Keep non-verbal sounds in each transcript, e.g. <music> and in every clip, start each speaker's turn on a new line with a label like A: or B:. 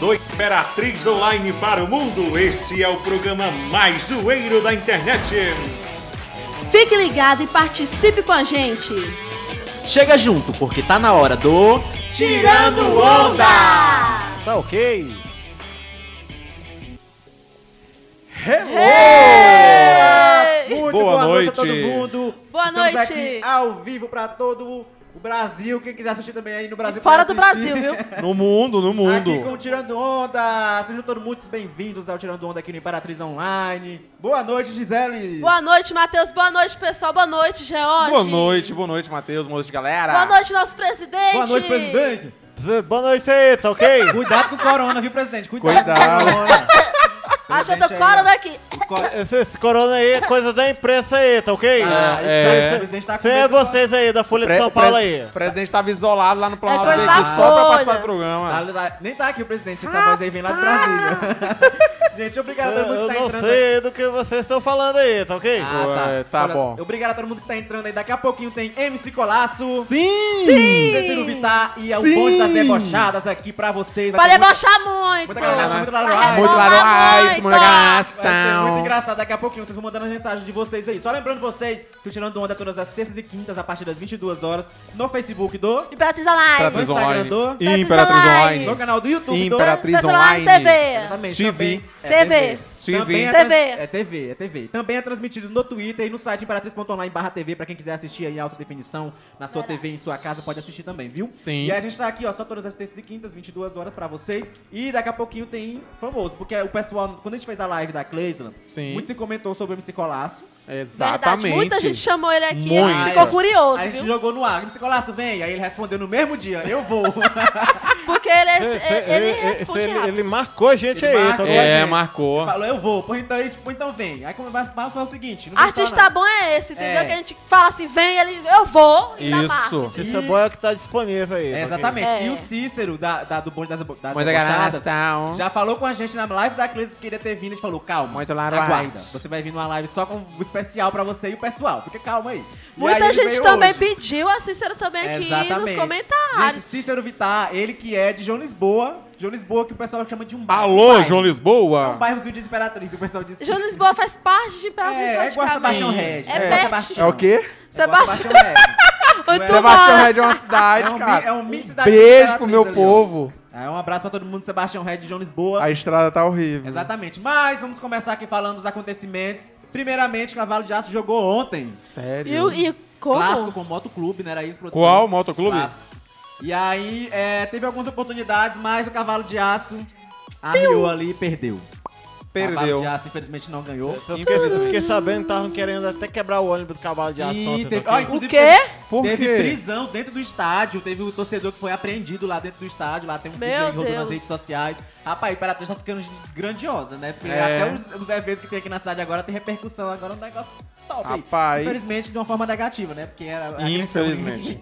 A: do Imperatriz Online para o Mundo. Esse é o programa mais zoeiro da internet.
B: Fique ligado e participe com a gente.
C: Chega junto, porque tá na hora do.
B: Tirando Onda!
C: Tá ok? Hello! Muito boa,
D: boa
C: noite.
D: noite.
C: a todo mundo.
B: Boa
C: Estamos
B: noite.
C: aqui ao vivo pra todo o Brasil. Quem quiser assistir também aí no Brasil.
B: Fora
C: pode
B: do
C: assistir.
B: Brasil,
C: <laughs>
B: viu?
D: No mundo, no
C: Aqui com
D: mundo.
C: o Tirando Onda. Sejam todos muito bem-vindos ao Tirando Onda aqui no Imperatriz Online. Boa noite, Gisele.
B: Boa noite, Matheus. Boa noite, pessoal. Boa noite, George.
D: Boa noite, boa noite, Matheus. Boa noite, galera.
B: Boa noite, nosso presidente.
C: Boa noite, presidente.
E: Boa noite aí, tá ok?
C: Cuidado com o corona, viu, presidente? Cuidado,
D: Cuidado.
C: com o
D: <laughs>
C: corona.
B: A
C: Presidente
B: Jota
C: aí,
B: Cora
C: ó.
B: daqui.
E: Esse, esse corona aí é coisa da imprensa aí, tá ok?
C: Ah,
D: É,
C: sabe,
D: é.
C: o presidente tá com
E: Cê é
C: medo do-
E: vocês aí, da Folha de
D: Pre-
E: São Paulo
D: pres-
E: aí.
D: O presidente estava isolado lá no Planalto
B: coisa da
D: dele só pra
B: Folha.
D: participar do programa.
C: Tá- tá- nem tá aqui o presidente, essa voz aí vem lá de Brasília. <laughs> gente, obrigado a todo mundo
E: Eu
C: que tá
E: não
C: entrando Ah. aí.
E: sei do que vocês estão falando aí, tá ok?
D: Ué, tá bom.
C: Obrigado a todo mundo que tá entrando aí. Daqui a pouquinho tem MC Colasso.
D: Sim!
C: Cecílio Vittar e é o
D: Sim.
C: bonde das debochadas aqui pra vocês.
B: Pra
C: Vai ter muito-
B: debochar muito.
C: Muita galeração, muito
B: Vai
C: laroaço.
D: Muito
B: rebolar
D: laroais,
B: tá.
D: muita
C: Vai ser muito
D: graça.
C: engraçado daqui a pouquinho. Vocês vão mandando as mensagens de vocês aí. Só lembrando vocês que o Tirando Onda é todas as terças e quintas a partir das 22 horas no Facebook do,
B: Imperatriz Alive.
D: Imperatriz
C: No
D: Online.
C: Instagram do-
D: Imperatriz Online.
C: no canal do YouTube
D: Imperatriz. Online.
B: TV.
C: Exatamente,
D: TV.
C: também é
B: TV.
D: TV.
C: Também é
B: TV.
C: trans- É TV, é TV. Também é transmitido no Twitter e no site imperatriz.online barra TV pra quem quiser assistir aí em alta definição na sua TV, em sua casa, pode assistir também, viu?
D: Sim.
C: E a gente tá aqui, ó, só todas as terças e quintas, 22 horas pra vocês. E daqui a pouquinho tem famoso, porque o pessoal, quando a gente fez a live da Cleisland,
D: Sim.
C: muito se comentou sobre o MC Colasso.
B: Verdade.
D: Exatamente.
B: Muita gente chamou ele aqui. Ele
D: Muita.
B: ficou curioso,
C: a gente
B: viu?
C: jogou no ar, MC Colasso, vem. Aí ele respondeu no mesmo dia, eu vou.
B: Porque ele,
E: Cê- cê-
B: ele, É, ele
E: ele-
B: responde
E: ele-
B: rápido.
E: ele marcou a gente
C: Ele
E: aí,
C: marca
E: tá
C: a
E: ok?
D: É,
C: gente.
D: marcou.
C: Falou, eu vou. Pois então, aí, tipo, então vem. Aí como vai passar o seguinte, não vou falar
B: Artista
C: nada.
B: bom é esse, entendeu?
C: É.
B: Que a gente fala assim, vem, ele, eu vou, e dá marca.
D: Isso.
E: Esse boy é o que tá disponível aí. tá
C: É,
E: ok?
C: exatamente.
B: É.
C: E o Cícero, da, da- do bonde das, das
D: Muita
C: debochadas,
D: gravação.
C: já falou com a gente na live da Cris que queria ter vindo. A gente falou, calma,
D: Muito laroado.
C: aguarda. Você vai vir numa live só com o especial pra você e o pessoal. Fica calma aí. E aí
B: Muita
C: ele
B: gente
C: veio
B: também
C: hoje.
B: pediu, a Cícero também aqui nos
C: Gente,
B: comentários.
C: Cícero Vittar, ele que é de João Lisboa. João Lisboa que o pessoal chama de um bairro. um
D: Alô,
C: bairro.
D: João
C: É um
D: Lisboa.
C: bairrozinho de Imperatriz. O pessoal disse que-
B: João Lisboa faz parte de Imperatriz
C: É, é Guarda
B: praticamente.
C: Sebastião Regis.
B: É
C: É,
B: perto.
C: Sebastião.
D: É o quê?
B: Sebastião.
C: É Regis.
B: Muito
D: Sebastião
B: bom.
D: Red é uma
C: É
D: cidade,
C: um, mi-
D: cara.
C: é um mini cidade de
D: Beijo pro
C: Imperatriz
D: meu
C: ali, ó.
D: povo.
C: É, um abraço pra todo mundo, Sebastião Red de João Lisboa.
D: A estrada tá horrível.
C: Exatamente. Mas vamos começar aqui falando dos acontecimentos. Primeiramente, Cavalo de Aço jogou ontem.
B: E,
D: Sério?
B: o- e como?
C: Clássico com motoclube, não era isso, produção?
D: Qual motoclube?
C: Clássico. E aí, é, teve algumas oportunidades, mas o Cavalo de Aço arriou ali e perdeu. Cavalo
D: Perdeu.
C: de Aço, infelizmente, não ganhou.
E: Eu fiquei, eu fiquei sabendo que estavam querendo até quebrar o ônibus do cavalo de aço. ontem,
C: teve-
E: tá
C: ó,
B: O
E: ok?
C: inclusive,
B: quê?
D: Ah, Por
C: teve
D: quê?
C: prisão dentro do estádio. Teve o torcedor que foi apreendido lá dentro do estádio. Lá tem um vídeo
B: Meu
C: aí rodando nas
B: Deus.
C: redes sociais. Rapaz, a Imperatriz tá ficando grandiosa, né? Porque
D: É.
C: até os, os eventos que tem aqui na cidade agora tem repercussão. Agora é um negócio top. aí.
D: Rapaz.
C: Infelizmente, de uma forma negativa, né? Porque era. agressão,
D: Infelizmente.
C: ninguém-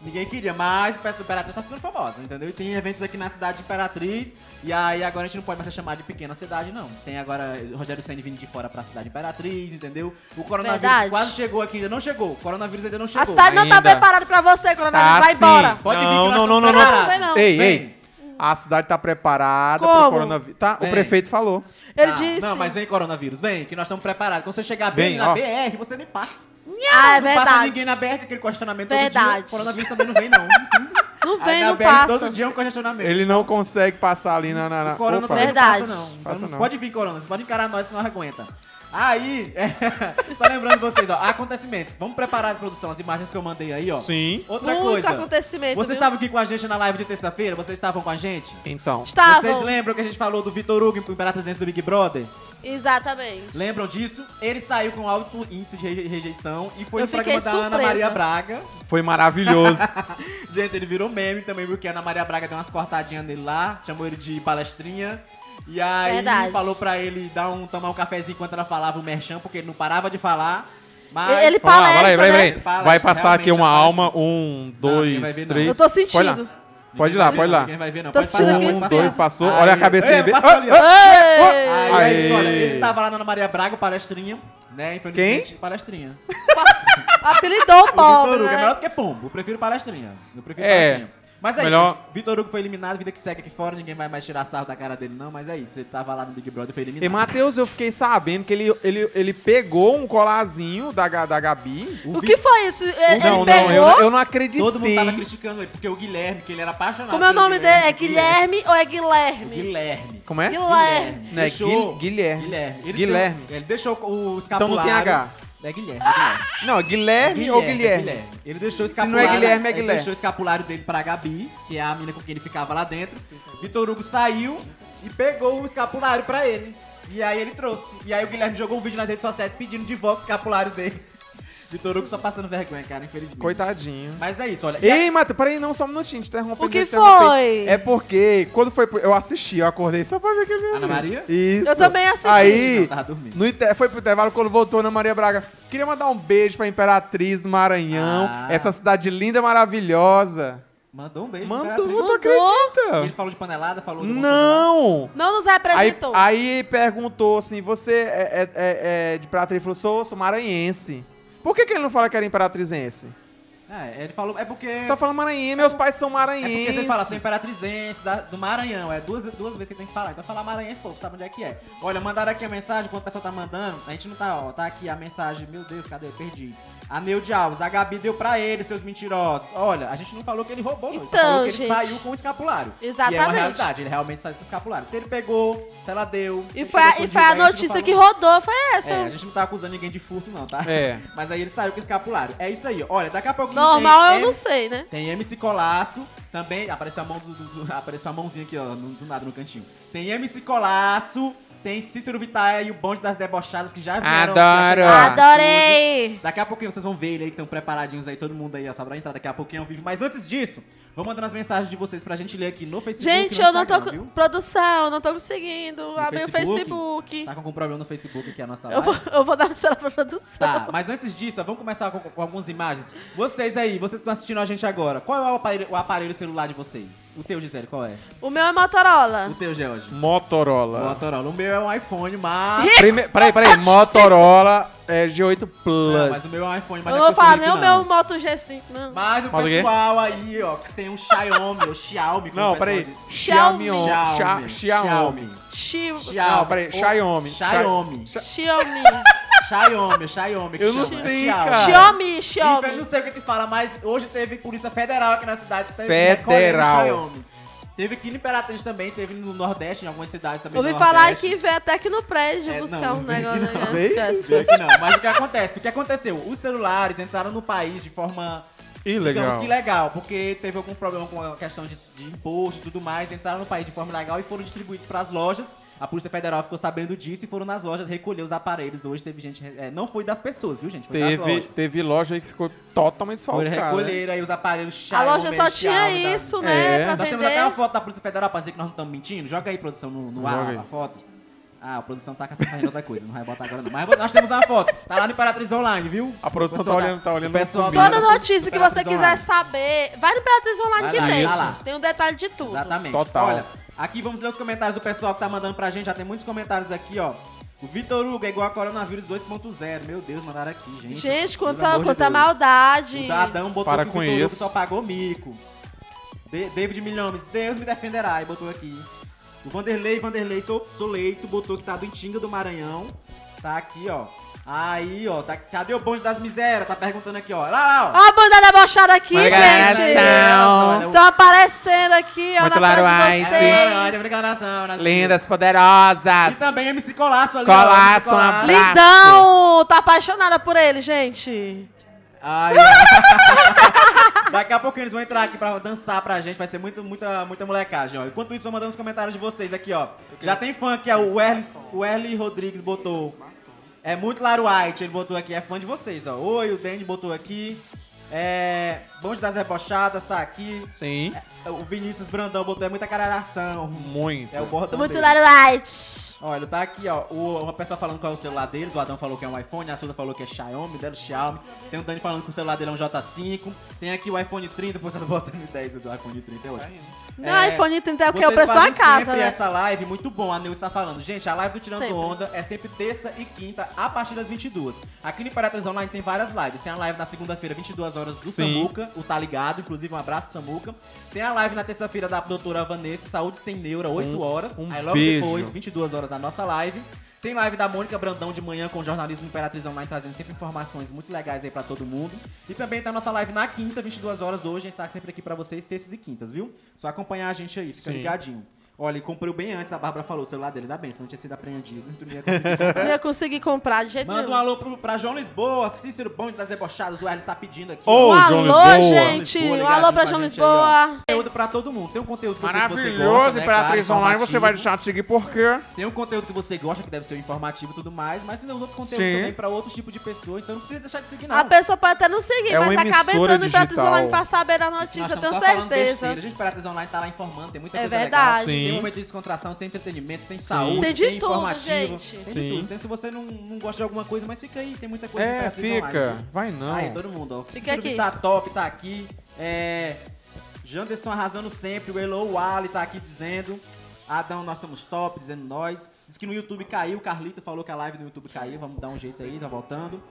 C: Ninguém queria, mas o peça Imperatriz tá ficando famosa, entendeu? E tem eventos aqui na cidade de Imperatriz, e aí agora a gente não pode mais ser chamado de pequena cidade, não. Tem agora Rogério Senna vindo de fora pra cidade de Imperatriz, entendeu? O coronavírus
B: Verdade.
C: quase chegou aqui, ainda não chegou. O coronavírus ainda não chegou.
B: A cidade não tá
D: Ainda.
B: preparada pra você, coronavírus.
D: Tá
B: Vai
D: sim.
B: embora.
C: Pode vir que
D: não,
C: nós
D: não, não,
C: estamos
D: não,
B: preparados. Não, não.
D: não. Ei,
C: Vem.
D: ei. A cidade tá preparada
B: Como?
D: pro coronavírus. Tá,
C: Vem.
D: o prefeito falou.
B: Ele
C: Ah,
B: disse.
C: Não, mas vem coronavírus, vem, que nós estamos preparados. Quando você chegar bem
D: Vem,
C: ali na
D: ó.
C: BR, você nem passa.
B: Ah, é
C: não passa
B: verdade.
C: ninguém na BR, com aquele congestionamento todo dia.
B: Verdade.
C: O coronavírus também não vem, não.
B: Não
C: Aí
B: vem,
C: na
B: não
C: BR todo
B: passa.
C: dia é um congestionamento.
D: Ele não consegue passar ali na. na, na...
C: O corona
D: Opa.
C: também
B: Verdade.
C: não passa, não. Então
D: Passa
C: não
D: não.
C: Pode vir, corona. Você pode encarar nós que não aguenta. Aí, <laughs> é, só lembrando vocês, ó, acontecimentos. Vamos preparar as produção, as imagens que eu mandei aí, ó.
D: Sim.
C: Outra
B: Muito
C: coisa.
B: acontecimento,
C: Vocês
B: viu?
C: estavam aqui com a gente na live de terça-feira? Vocês estavam com a gente?
D: Então.
B: Estavam.
C: Vocês lembram que a gente falou do Vitor Hugo, Imperatrizense do Big Brother?
B: Exatamente.
C: Lembram disso? Ele saiu com alto índice de reje- rejeição e foi
B: Eu
C: no programa
B: fiquei
C: da Ana
B: surpresa.
C: Maria Braga. <laughs>
B: <laughs>
D: Foi maravilhoso.
C: Gente, ele virou meme também, porque a Ana Maria Braga deu umas cortadinhas nele lá, chamou ele de palestrinha. E aí
B: Verdade.
C: falou pra ele dar um, tomar um cafezinho enquanto ela falava o merchan, porque ele não parava de falar. Mas
B: Ele
D: Vamos lá,
B: Palestra,
D: peraí, peraí,
B: né?
D: peraí.
C: Palestra,
D: Vai passar aqui
C: realmente,
D: uma
C: a palestra.
D: alma. Um,
C: ninguém vai
D: dois,
C: ver, não.
D: três.
B: Eu tô
D: Pode lá.
B: sentindo.
D: Pode ir lá, pode lá.
C: Quem vai ver, não.
B: Tô
C: Pode passar.
B: assistindo aqui,
D: Um,
B: Passou.
D: dois, passou. Olha a cabecinha
C: é,
D: bem.
C: passou ali, ó.
B: Ei!
C: Aí,
D: Aê.
C: aí, olha, ele tava lá na Ana Maria Braga, palestrinha, né? Infelizmente, palestrinha.
B: Apelidou o
C: O Vitor
B: pobre,
C: Hugo é melhor
B: né?
C: do que pombo. Eu prefiro palestrinha. Eu prefiro
D: É.
C: palestrinha. Mas é
D: Melhor-
C: isso. Vitor Hugo foi eliminado, vida que segue aqui fora, ninguém vai mais tirar sarro da cara dele, não. Mas é isso. Ele tava lá no Big Brother e foi eliminado.
D: E Matheus, eu fiquei sabendo que ele, ele, ele pegou um colazinho da, Ga- da Gabi.
B: O que foi isso? É, Ele
D: não, não, eu,
B: pegou?
D: eu não acreditei.
C: Todo mundo tava criticando ele, porque o Guilherme, que ele era apaixonado.
B: Como é o
C: pelo
B: nome dele? É Guilherme ou é
C: O
B: Guilherme?
C: Guilherme.
D: Como é?
B: Guilherme.
D: Não, é Guil- Guilherme.
C: Guilherme. Ele
D: Guilherme.
C: deu- ele deixou o
D: Então
C: escapulário.
D: não tem H.
C: É Guilherme, é Guilherme.
D: Não, é Guilherme, ou
C: é
D: Guilherme?
C: Ele deixou o
D: Se não é
C: escapulário.
D: Guilherme, é
C: Ele
D: Guilherme.
C: deixou o escapulário dele pra Gabi, que é a mina com quem ele ficava lá dentro. Vitor Hugo saiu e pegou o escapulário pra ele. E aí ele trouxe. E aí o Guilherme jogou um vídeo nas redes sociais pedindo de volta o escapulário dele. <laughs> Vitor Hugo só passando vergonha, cara, infelizmente.
D: Coitadinho.
C: Mas é isso, olha. E a-
D: Ei, Matheus, peraí, não, só um minutinho, te interrompendo.
B: O que
D: te interrompendo.
B: foi?
D: É porque quando foi. pro- Eu assisti, eu acordei só pra ver que ele
C: Ana Maria?
D: Isso.
B: Eu também assisti.
D: Aí,
C: Não, tava dormindo.
D: no inter- foi pro intervalo, quando voltou Ana Maria Braga. Queria mandar um beijo pra Imperatriz do Maranhão,
C: Ah.
D: essa cidade linda, maravilhosa.
C: Mandou um beijo pra
D: Mandou,
C: Imperatriz.
D: tu
B: Mandou.
C: Ele
D: acredita?
C: falou de panelada, falou de alguma coisa lá.
D: Não!
B: Não nos
D: Aí,
B: representou.
D: aí perguntou assim: você é, é- é- é de Imperatriz? Ele falou: sou, sou maranhense. Por que, que ele não fala que era imperatrizense?
C: É, ele falou, é porque.
D: Só fala maranhense, meus pais são
C: é
D: maranhenses.
C: porque você fala, sou imperatrizense da- do Maranhão. É duas, duas vezes que tem que falar. Então falar maranhense, pô, sabe onde é que é. Olha, mandaram aqui a mensagem, quando o pessoal tá mandando, a gente não tá, ó, tá aqui a mensagem. Meu Deus, cadê? Eu perdi. A Neude Alves, a Gabi deu pra ele, seus mentirosos. Olha, a gente não falou que ele roubou, não. só
B: Então,
C: falou que
B: gente.
C: ele saiu com o escapulário. E é uma
B: Exatamente.
C: realidade, ele realmente saiu com o escapulário. Se ele pegou, se ela deu. se
B: E
C: ele
B: foi, a,
C: pegou
B: e foi a
C: escondido, aí a gente não
B: notícia
C: falou.
B: que rodou, foi essa.
C: É, a gente não tá acusando ninguém de furto, não, tá?
D: É.
C: <laughs> Mas aí ele saiu com o escapulário. É isso aí. Olha, daqui a pouquinho. tem
B: Normal eu
C: M-
B: não sei, né?
C: Tem MC Colasso, também. Apareceu a mão do, do- do- apareceu a mãozinha aqui, ó, no- do nada no cantinho. Tem MC Colasso, tem Cícero Vitaia e o bonde das debochadas que já vieram.
D: Adoro.
C: já chegaram no estúdio.
B: Adorei!
C: Daqui a pouquinho vocês vão ver ele aí, que estão preparadinhos aí, todo mundo aí, ó, só pra entrar daqui a pouquinho ao vivo. Mas antes disso, vou mandando as mensagens de vocês pra gente ler aqui no Facebook.
B: Gente,
C: e no
B: eu não tô.
C: Instagram, viu?
B: Produção, não tô conseguindo.
C: No
B: Abri o Facebook.
C: Facebook. Tá com algum problema no Facebook aqui a nossa
B: Eu
C: live?
B: vou, eu vou dar meu celular pra produção.
C: Tá, mas antes disso, ó, vamos começar com, com algumas imagens. Vocês aí, vocês que estão assistindo a gente agora, qual é o aparelho, o aparelho celular de vocês? O teu, Gisele, qual é?
B: O meu é Motorola.
C: O teu, George?
D: Motorola.
C: Motorola. O meu é um iPhone, mas...
D: Prime... Peraí, peraí, Motorola é G8 Plus.
C: Não, mas o meu é um iPhone,
B: eu
C: mas não
B: não
C: é
B: vou
C: que eu sou
B: falar
C: rico,
B: nem o
C: não.
B: meu Moto G5, não.
C: Mas o
D: Fala o quê?
C: pessoal aí, ó, que tem um Xiaomi, ou Xiaomi. como
D: Não,
C: o pessoal
D: peraí.
C: diz.
B: Xiaomi.
D: Xiaomi.
C: Xiaomi.
D: Xia- Xiaomi.
B: Xi- Xiaomi.
C: Xiaomi.
D: Não, peraí,
C: Ou-
D: Xiaomi.
C: Xiaomi. <laughs> Xiaomi, Xiaomi. que
D: Eu não
C: chama, é
D: sei,
C: Xiaomi.
D: cara.
B: Xiaomi,
C: Enfim, eu
B: Xiaomi.
C: não sei o que que fala, mas hoje teve Polícia Federal aqui na cidade. Teve
D: Federal.
C: recolhendo Xiaomi. Teve aqui no Imperatriz também, teve no Nordeste, em algumas cidades também.
B: Ouvi
C: do
B: falar
C: Nordeste.
B: que veio até aqui no prédio
C: É,
B: buscar
C: não,
B: um
C: não veio <laughs>
B: negócio.
C: aqui não.
B: né?
D: Veio?
B: Esquece.
C: Pior que não, mas o que acontece? O que aconteceu? Os celulares entraram no país de forma, digamos
D: Ilegal.
C: que legal, porque teve algum problema com a questão de, de imposto e tudo mais, entraram no país de forma legal e foram distribuídos para as lojas. A Polícia Federal ficou sabendo disso e foram nas lojas recolher os aparelhos. Hoje teve gente. é, não foi das pessoas, viu, gente? Foi das
D: Teve,
C: lojas.
D: teve loja aí que ficou totalmente
C: Foram
D: desfalcada. né?
C: recolher aí os aparelhos Xiaomi.
B: A loja só tinha
C: Xiaomi, tá. da-
B: isso,
D: É.
B: né? Pra
C: Nós temos até uma
B: vender.
C: foto da Polícia Federal pra dizer que nós não estamos mentindo. Joga aí, produção, no, no
D: Joga
C: ar
D: aí.
C: a foto. Ah, a produção tá fazendo outra coisa, não vai botar agora não. Mas nós temos uma foto. Tá lá no Imperatriz Online, viu?
D: A produção
C: O pessoal
D: tá olhando, tá olhando
C: o pessoal
D: comigo.
C: tá-
B: Toda notícia que você
C: Imperatriz
B: quiser
C: Online.
B: saber, vai no Imperatriz Online
C: Vai
B: que
C: lá,
B: tem.
C: vai lá.
B: Tem um detalhe de tudo.
C: Exatamente.
D: Total.
C: Olha, aqui vamos ler os comentários do pessoal que tá mandando pra gente. Já tem muitos comentários aqui, ó. O Vitor Hugo é igual a coronavírus 2.0. Meu Deus, mandaram aqui, gente.
B: Gente,
C: Pelo
B: quanta,
C: amor de
B: quanta
C: Deus.
B: maldade.
C: O Dadão botou
D: Para
C: que
D: com
C: o Vitor Hugo
D: isso.
C: só pagou mico. De- David Milhomes, Deus me defenderá, e botou aqui. O Vanderlei, Vanderlei, sou, sou leito, botou que tá do Itinga do Maranhão. Tá aqui, ó. Aí, ó, tá, cadê o bonde das misérias? Tá perguntando aqui, ó. Lá, lá, ó. um
B: Ó a banda debochada aqui,
D: Mas, galera,
B: gente.
D: são
B: Estão aparecendo aqui, ó,
D: Muito
B: na tela de
D: laruais,
B: vocês.
D: hein?
C: É, Olha, obrigado, nação, nação.
D: lindas,
C: E
D: poderosas.
C: também é MC Colasso ali, ó,
D: Colasso,
C: MC Colasso.
D: um abraço.
B: Lindão! Tá apaixonada por ele, gente.
C: Ai, ai. Daqui a pouco eles vão entrar aqui pra dançar pra gente. Vai ser muito, muita, muita molecagem, ó. Enquanto isso, vou mandando os comentários de vocês aqui, ó. Já tem fã aqui, ó. O Erlis, o Erli Rodrigues botou. É muito Laro White, ele botou aqui. É fã de vocês, ó. Oi, o Danny botou aqui. É. Bonde das Rebochadas tá aqui.
D: Sim,
C: O Vinícius Brandão botou. É muita caralhação.
D: muito.
C: É o bordão
B: Muito Laro
C: dele.
B: White.
C: Olha, tá aqui, ó. O, uma pessoa falando qual é o celular deles. O Adão falou que é um iPhone, a Suda falou que é Xiaomi, dela Xiaomi. Tem o Dani falando que o celular dele é um J5. Tem aqui o tá iPhone 30, depois vocês botam no 10 o iPhone 30 hoje.
B: Não,
C: É,
B: iPhone 30 é o que?
C: Vocês
B: Eu preço da
C: fazem
B: casa,
C: sempre
B: né?
C: essa live, muito bom, a Neuza tá falando. Gente, a live do Tirando
B: Sempre.
C: Onda é sempre terça e quinta, a partir das 22. Aqui no Imperatriz Online tem várias lives. Tem a live na segunda-feira, 22 horas, horas do
D: Sim.
C: Samuca, o Tá Ligado, inclusive um abraço, Samuca. Tem a live na terça-feira da doutora Vanessa, Saúde Sem Neura, 8 horas.
D: um
C: Aí logo
D: beijo.
C: depois, 22 horas, a nossa live. Tem live da Mônica Brandão de manhã com o Jornalismo Imperatriz Online, trazendo sempre informações muito legais aí pra todo mundo. E também tá a nossa live na quinta, 22 horas hoje. A gente tá sempre aqui pra vocês, terças e quintas, viu? Só acompanhar a gente aí, fica
D: Sim.
C: ligadinho. Olha, e comprei bem antes, a Bárbara falou, o celular dele dá bem, se não tinha sido apreendido, <laughs> tu não ia conseguir comprar.
B: Não ia conseguir comprar de jeito
C: Manda um
B: nenhum.
C: alô pro, pra João Lisboa, Cícero Bonde das Debochadas, o Erlis tá pedindo aqui.
B: um
D: Ô,
C: ó.
D: João
B: alô,
D: Lisboa.
B: gente.
C: Lisboa,
B: um
C: ligadinho
B: alô pra
C: com a
B: João
C: gente aí, ó.
B: Lisboa.
C: Tem conteúdo pra todo mundo. Tem um conteúdo que você, que você gosta,
D: Maravilhoso,
C: né,
D: Imperatriz
C: claro,
D: Online, você vai
C: informativo.
D: deixar de seguir porque...
C: Tem um conteúdo que você gosta, que deve ser informativo e tudo mais, mas tem os outros conteúdos
D: Sim.
C: também pra outros tipos de pessoa, então não precisa deixar de seguir, não.
B: A pessoa pode até não seguir,
D: É
B: mas
D: uma
B: acaba
D: emissora
B: entrando em Pratas
D: digital.
B: Online pra saber da
C: Nós
B: notícia, eu
C: estamos
B: tenho
C: só falando
B: certeza.
C: Besteira. Gente, Imperatriz Online tá lá informando, tem muita
B: É
C: coisa
B: verdade.
C: legal.
D: Sim.
C: Tem momento de descontração, tem entretenimento, tem
D: Sim.
C: saúde,
B: Tem
C: tem,
B: de tudo,
C: informativo.
B: gente.
C: Tem
D: Sim.
C: de tudo. Então se você não, não gosta de alguma coisa, mas fica aí, tem muita coisa no
D: É,
C: Imperatriz
D: fica.
C: Online. viu?
D: Vai não.
C: Aí, todo mundo, ó.
B: Fica
C: Cícero
B: aqui.
C: Tá top, tá aqui. É. Janderson arrasando sempre. O Elo Wally tá aqui dizendo. Adão, nós somos top, dizendo nós. Diz que no YouTube caiu. O Carlito falou que a live no YouTube caiu. Vamos dar um jeito aí, tá voltando.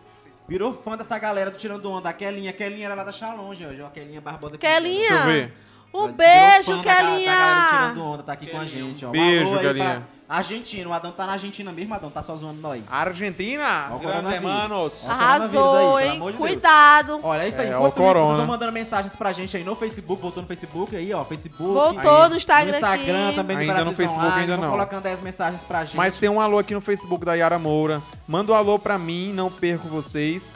C: Virou fã dessa galera do Tirando Onda. A Kelinha. A Kelinha era lá da Challenge hoje. ó. A Kelinha Barbosa. aqui. né?
B: Kelinha.
D: Deixa eu ver.
B: Um
C: Ela disse que virou
B: beijo,
C: fã da ga- Da galera do Tirando
B: Kelinha.
C: Onda tá aqui com a gente. Ó. Um
D: Beijo,
C: alô aí
D: Kelinha. Ah,
C: pra Argentina. O Adão tá na Argentina mesmo, Adão. Tá só zoando nós.
D: Argentina,
C: Ó o
D: grande
C: coronavírus.
D: manos.
C: Ó o coronavírus aí,
B: Arrasou,
C: pelo
B: hein?
C: amor de Deus.
B: Cuidado.
C: Olha, é isso aí.
D: É, ó,
C: Enquanto
D: o
C: isso, vocês
D: corona.
C: vão mandando mensagens pra gente aí no Facebook, voltou no Facebook aí, ó. Facebook.
B: Voltou
C: aí,
B: no Instagram
C: Instagram
B: aqui.
C: também,
D: Ainda
C: Imperatriz
D: no Facebook,
C: Online,
D: ainda
C: vão
D: não.
C: colocando aí as mensagens pra gente.
D: Mas tem um alô aqui no Facebook da Yara Moura. Manda um alô pra mim, não perco vocês.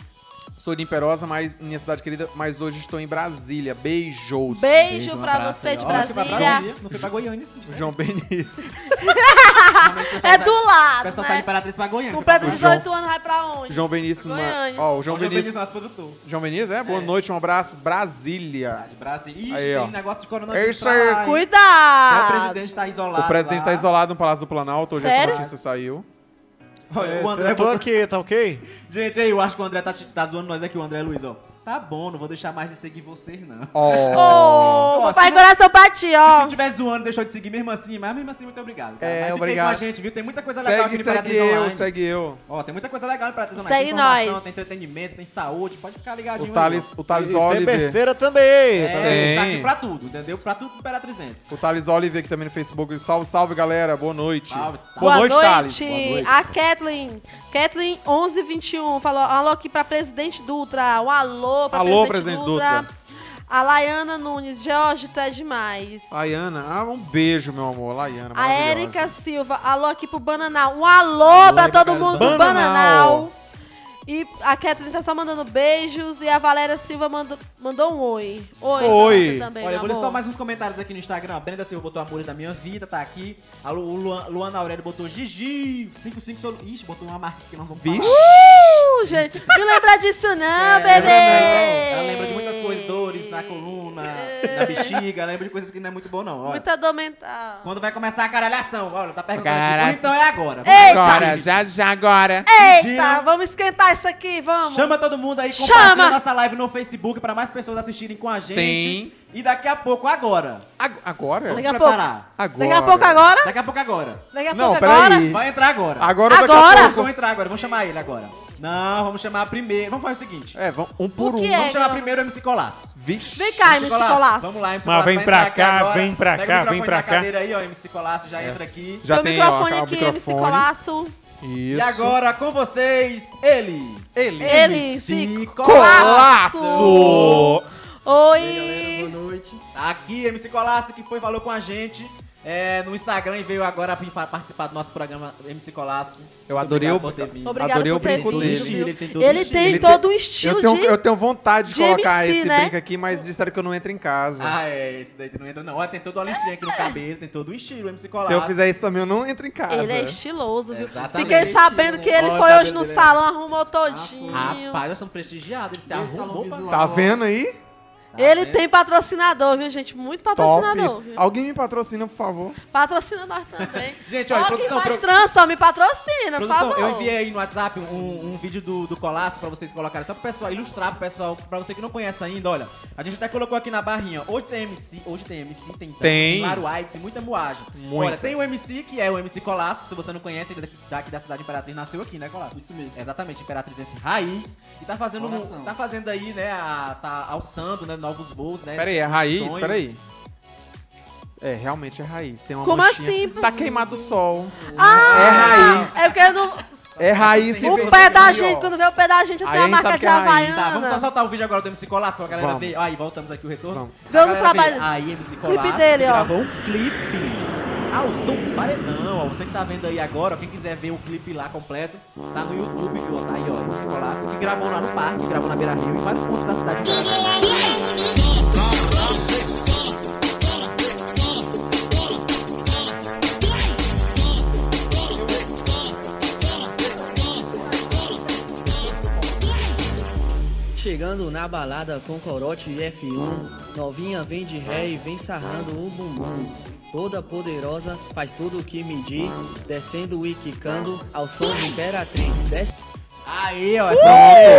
D: Sou de Imperosa, mas minha cidade querida, mas hoje estou em Brasília. Beijos.
B: Beijo
C: um
B: pra
C: abraço
B: você
C: aí,
B: de
C: ó. Não foi pra
B: Brasília.
C: Brasília, Não foi pra Goiânia.
D: João Benito.
C: Normalmente o pessoal
B: <laughs> É
C: sai-
B: do
C: O
B: lado,
C: pessoal sai de
B: né?
C: Imperatriz pra Goiânia. foi pra
B: Completa
D: João-
B: 18 anos, vai pra onde?
D: João Benício.
B: Goiânia.
D: Ó, o
C: João
D: João
C: Benício,
D: Benício.
C: nosso produtor.
D: João Benício, é? Boa noite, um abraço. Brasília.
C: De Brasília. Ixi,
D: Aí, ó.
C: tem negócio de
D: É
C: coronavírus.
D: isso
C: pra
D: aí.
C: lá, hein? O
B: Cuidado.
C: presidente tá isolado.
D: O
C: lá.
D: presidente está isolado no Palácio do Planalto, hoje essa
B: Sério?
D: notícia saiu. É,
C: Olha, o André
E: eu tô
C: botou-
E: aqui, tá ok?
C: Gente, aí, eu acho que o André tá, te- tá zoando nós aqui, o André Luiz, ó. Tá bom, não vou deixar mais de seguir vocês, não.
D: Ó.
B: Ô,
C: Ó,
B: papai
C: se não-
B: coração pra ti,
C: Se
B: ó.
C: não tiver zoando, deixou de seguir mesmo assim, mas mesmo assim, muito obrigado. Cara.
D: É,
C: Mas fica aí
D: obrigado.
C: com a gente, viu? Tem muita coisa legal
D: Segue,
C: aqui no
D: segue
C: Imperatriz
D: eu,
C: Online.
D: segue eu.
C: Ó, tem muita coisa legal no Imperatriz Online. Tem
B: Segue
C: informação,
B: nós.
C: tem entretenimento, tem saúde, pode ficar ligadinho.
D: O Thales,
C: aí,
D: o Thales
E: E Tem
D: Oliver.
E: feira também.
C: ó.
E: tá
C: É, a gente tá
D: Tem.
C: aqui pra tudo, entendeu? Pra tudo Imperatrizense.
D: O Thales Oliver aqui também no Facebook. Salve, salve, galera. Boa noite.
C: Salve,
D: Boa, noite, Thales.
B: noite. A Kathleen. Kathleen 1121 falou alô aqui pra presidente Dutra. Um alô pra
D: Alô,
B: presidente,
D: presidente
B: Dutra.
D: Dutra.
B: A Laiana Nunes. Jorge, tu é demais.
D: Laiana, ah, um beijo, meu amor. Laiana,
B: A
D: maravilhosa.
B: Érica Silva, alô aqui pro Bananal. Um alô, pra
C: Érica,
B: todo
C: galera
B: mundo
D: do
B: do Bananal.
D: Bananal.
B: E a Kathleen tá só mandando beijos e a Valéria Silva mandou, mandou um oi. Oi. pra
D: Oi.
B: você Também,
C: Olha,
B: meu
C: eu vou ler só
B: amor.
C: mais uns comentários aqui no Instagram. A Brenda Silva botou Amores da Minha Vida, tá aqui. A Lu, o Luan, Luana Aurélio botou Gigi. 55 solu... Ixi, botou uma marca que nós vamos falar.
D: Vixe.
B: Uh, gente, não lembra disso não,
C: É,
B: bebê.
C: ela lembra- Ela lembra de muitas coisas, dores na coluna,
B: É.
C: na bexiga, ela lembra de coisas que não é muito bom, não. Olha,
B: Muita dor mental.
C: Quando vai começar a caralhação? Olha, tá perguntando
D: Caralho.
C: aqui. Então é agora.
B: Eita.
D: Agora, já, já, agora.
B: Eita,
C: Gina.
B: vamos esquentar isso aqui, vamos.
C: Chama todo mundo aí,
B: Chama.
C: compartilha nossa live no Facebook pra mais pessoas assistirem com a gente.
D: Sim.
C: E daqui a pouco, agora.
D: Ag- Agora?
B: Daqui
C: Vamos
B: a
C: preparar.
D: Agora.
B: Daqui a pouco agora?
C: Daqui a pouco agora.
B: Daqui a
D: Não,
B: pouco
D: peraí.
B: agora?
C: Vai entrar agora.
D: Agora, daqui
B: Agora?
D: a
C: Eles
D: pouco.
C: vão entrar agora, vamos chamar ele agora. Não, vamos chamar primeiro. Vamos fazer o seguinte.
D: É, vamos um por
B: O
D: um.
B: que é?
C: Vamos chamar
B: não.
C: primeiro o MC Colasso.
D: Vixe.
B: Vem cá, MC Ah, Colasso.
C: Vamos lá, MC
A: Mas
C: Colasso.
A: vem
C: vai
A: pra
C: entrar aqui
A: cá,
C: agora.
A: vem pra
C: Pega
A: cá,
C: o microfone
A: vem pra
C: da
A: cá. É.
C: cadeira aí, ó, MC Colasso já entra aqui.
D: Já
B: Tem
D: tem,
B: o microfone aqui,
D: ó, o microfone.
B: MC Colasso.
D: Isso.
C: E agora com vocês, ele.
D: Ele.
B: Ele,
C: MC
B: se
D: Colasso.
B: Colasso.
F: Galera,
B: Oi.
F: boa noite.
C: Tá aqui, MC Colasso, que foi falou com a gente é, no Instagram e veio agora pra fa- participar do nosso programa MC Colasso.
D: Eu adorei
C: Obrigado
D: o-
C: por ter vindo.
B: Obrigada
D: Adorei
B: por
D: o
B: ter
D: brinco
B: vindo,
D: dele.
B: viu?
C: Ele tem todo
B: Ele
C: estilo.
B: tem
D: Ele
B: todo o
D: Eu
B: estilo
D: tenho, eu
B: de...
D: tenho vontade de,
B: de
D: colocar
B: MC,
D: esse
B: né?
D: brinco aqui, mas disseram que eu não entro em casa.
C: Ah, é, esse daí tu não entra não. Ó, tem todo o listrinha aqui no cabelo, tem todo o estilo, MC Colasso.
D: Se eu fizer isso também, eu não entro em casa.
B: Ele é estiloso, viu?
C: Exatamente.
B: Fiquei sabendo que ele
C: Olha o
B: foi hoje
C: cabelo
B: no
C: dele.
B: salão, arrumou todinho.
C: Ah, Rapaz, nós somos prestigiados, um ele se
F: Esse salão
C: arrumou pra...
F: visual.
D: Tá vendo aí?
B: Ele
C: vendo?
B: tem patrocinador, viu, gente? Muito
D: Top.
B: patrocinador.
D: isso.
B: viu?
D: Alguém me patrocina, por favor.
B: Patrocina nós também.
C: Gente, olha,
B: Ó, quem
C: produção,
B: faz
C: pro-
B: trança, ó, me patrocina, por
C: Produção,
B: favor.
C: eu enviei aí no WhatsApp um, um vídeo do, do Colasso pra vocês colocarem, só pro pessoal ilustrar pro pessoal, pra você que não conhece ainda, olha. A gente até colocou aqui na barrinha. Hoje tem MC, hoje tem MC, tem tanto,
D: Tem.
C: Laro White, tem muita moagem.
D: Muita.
C: Olha, tem o MC, que é o MC Colasso, se você não conhece, ele é daqui, daqui da cidade Imperatriz, nasceu aqui, né, Colasso? Isso mesmo. Exatamente, Imperatrizense Raiz. E tá fazendo, um- tá fazendo aí, né, a- tá alçando, né, novos voos, né?
D: Pera aí, é raiz?
C: sonho.
D: Pera aí. É, realmente é raiz. Tem uma
B: Como
D: manchinha.
B: assim?
D: Tá queimado o sol.
B: Ah,
D: É raiz.
B: É porque eu não-
D: É raiz.
C: Tem
D: e vem
B: o pé
D: sempre
B: da
D: aqui,
B: gente,
D: ó.
B: quando vê o pé da gente, assim,
D: Aí
B: é
D: a
B: a
D: gente
B: marca
D: sabe
B: de
D: que é raiz.
B: Havaiana.
C: Tá, vamos só soltar o vídeo agora do MC Colasso pra galera
D: Vamos.
C: ver. Aí, voltamos aqui o retorno.
D: Vamos.
C: Pra
B: Vamos
C: galera ver.
B: trabalhar.
C: Aí, MC
B: Clipe
C: Colasso
B: dele, ó.
C: gravou um clipe ao som do paredão. Ó, você que tá vendo aí agora, ó, quem quiser ver o clipe lá completo, tá no YouTube, viu? Tá aí, ó, MC Colasso, que gravou lá no parque, gravou na Beira Rio, em vários pontos da cidade. de Paraná.
F: Chegando na balada com corote e F1, novinha vem de ré e vem sarrando o bumbum. Toda poderosa, faz tudo o que me diz, descendo e quicando ao som de Imperatriz. Desce
C: Aí, ó, é só um
D: Uh!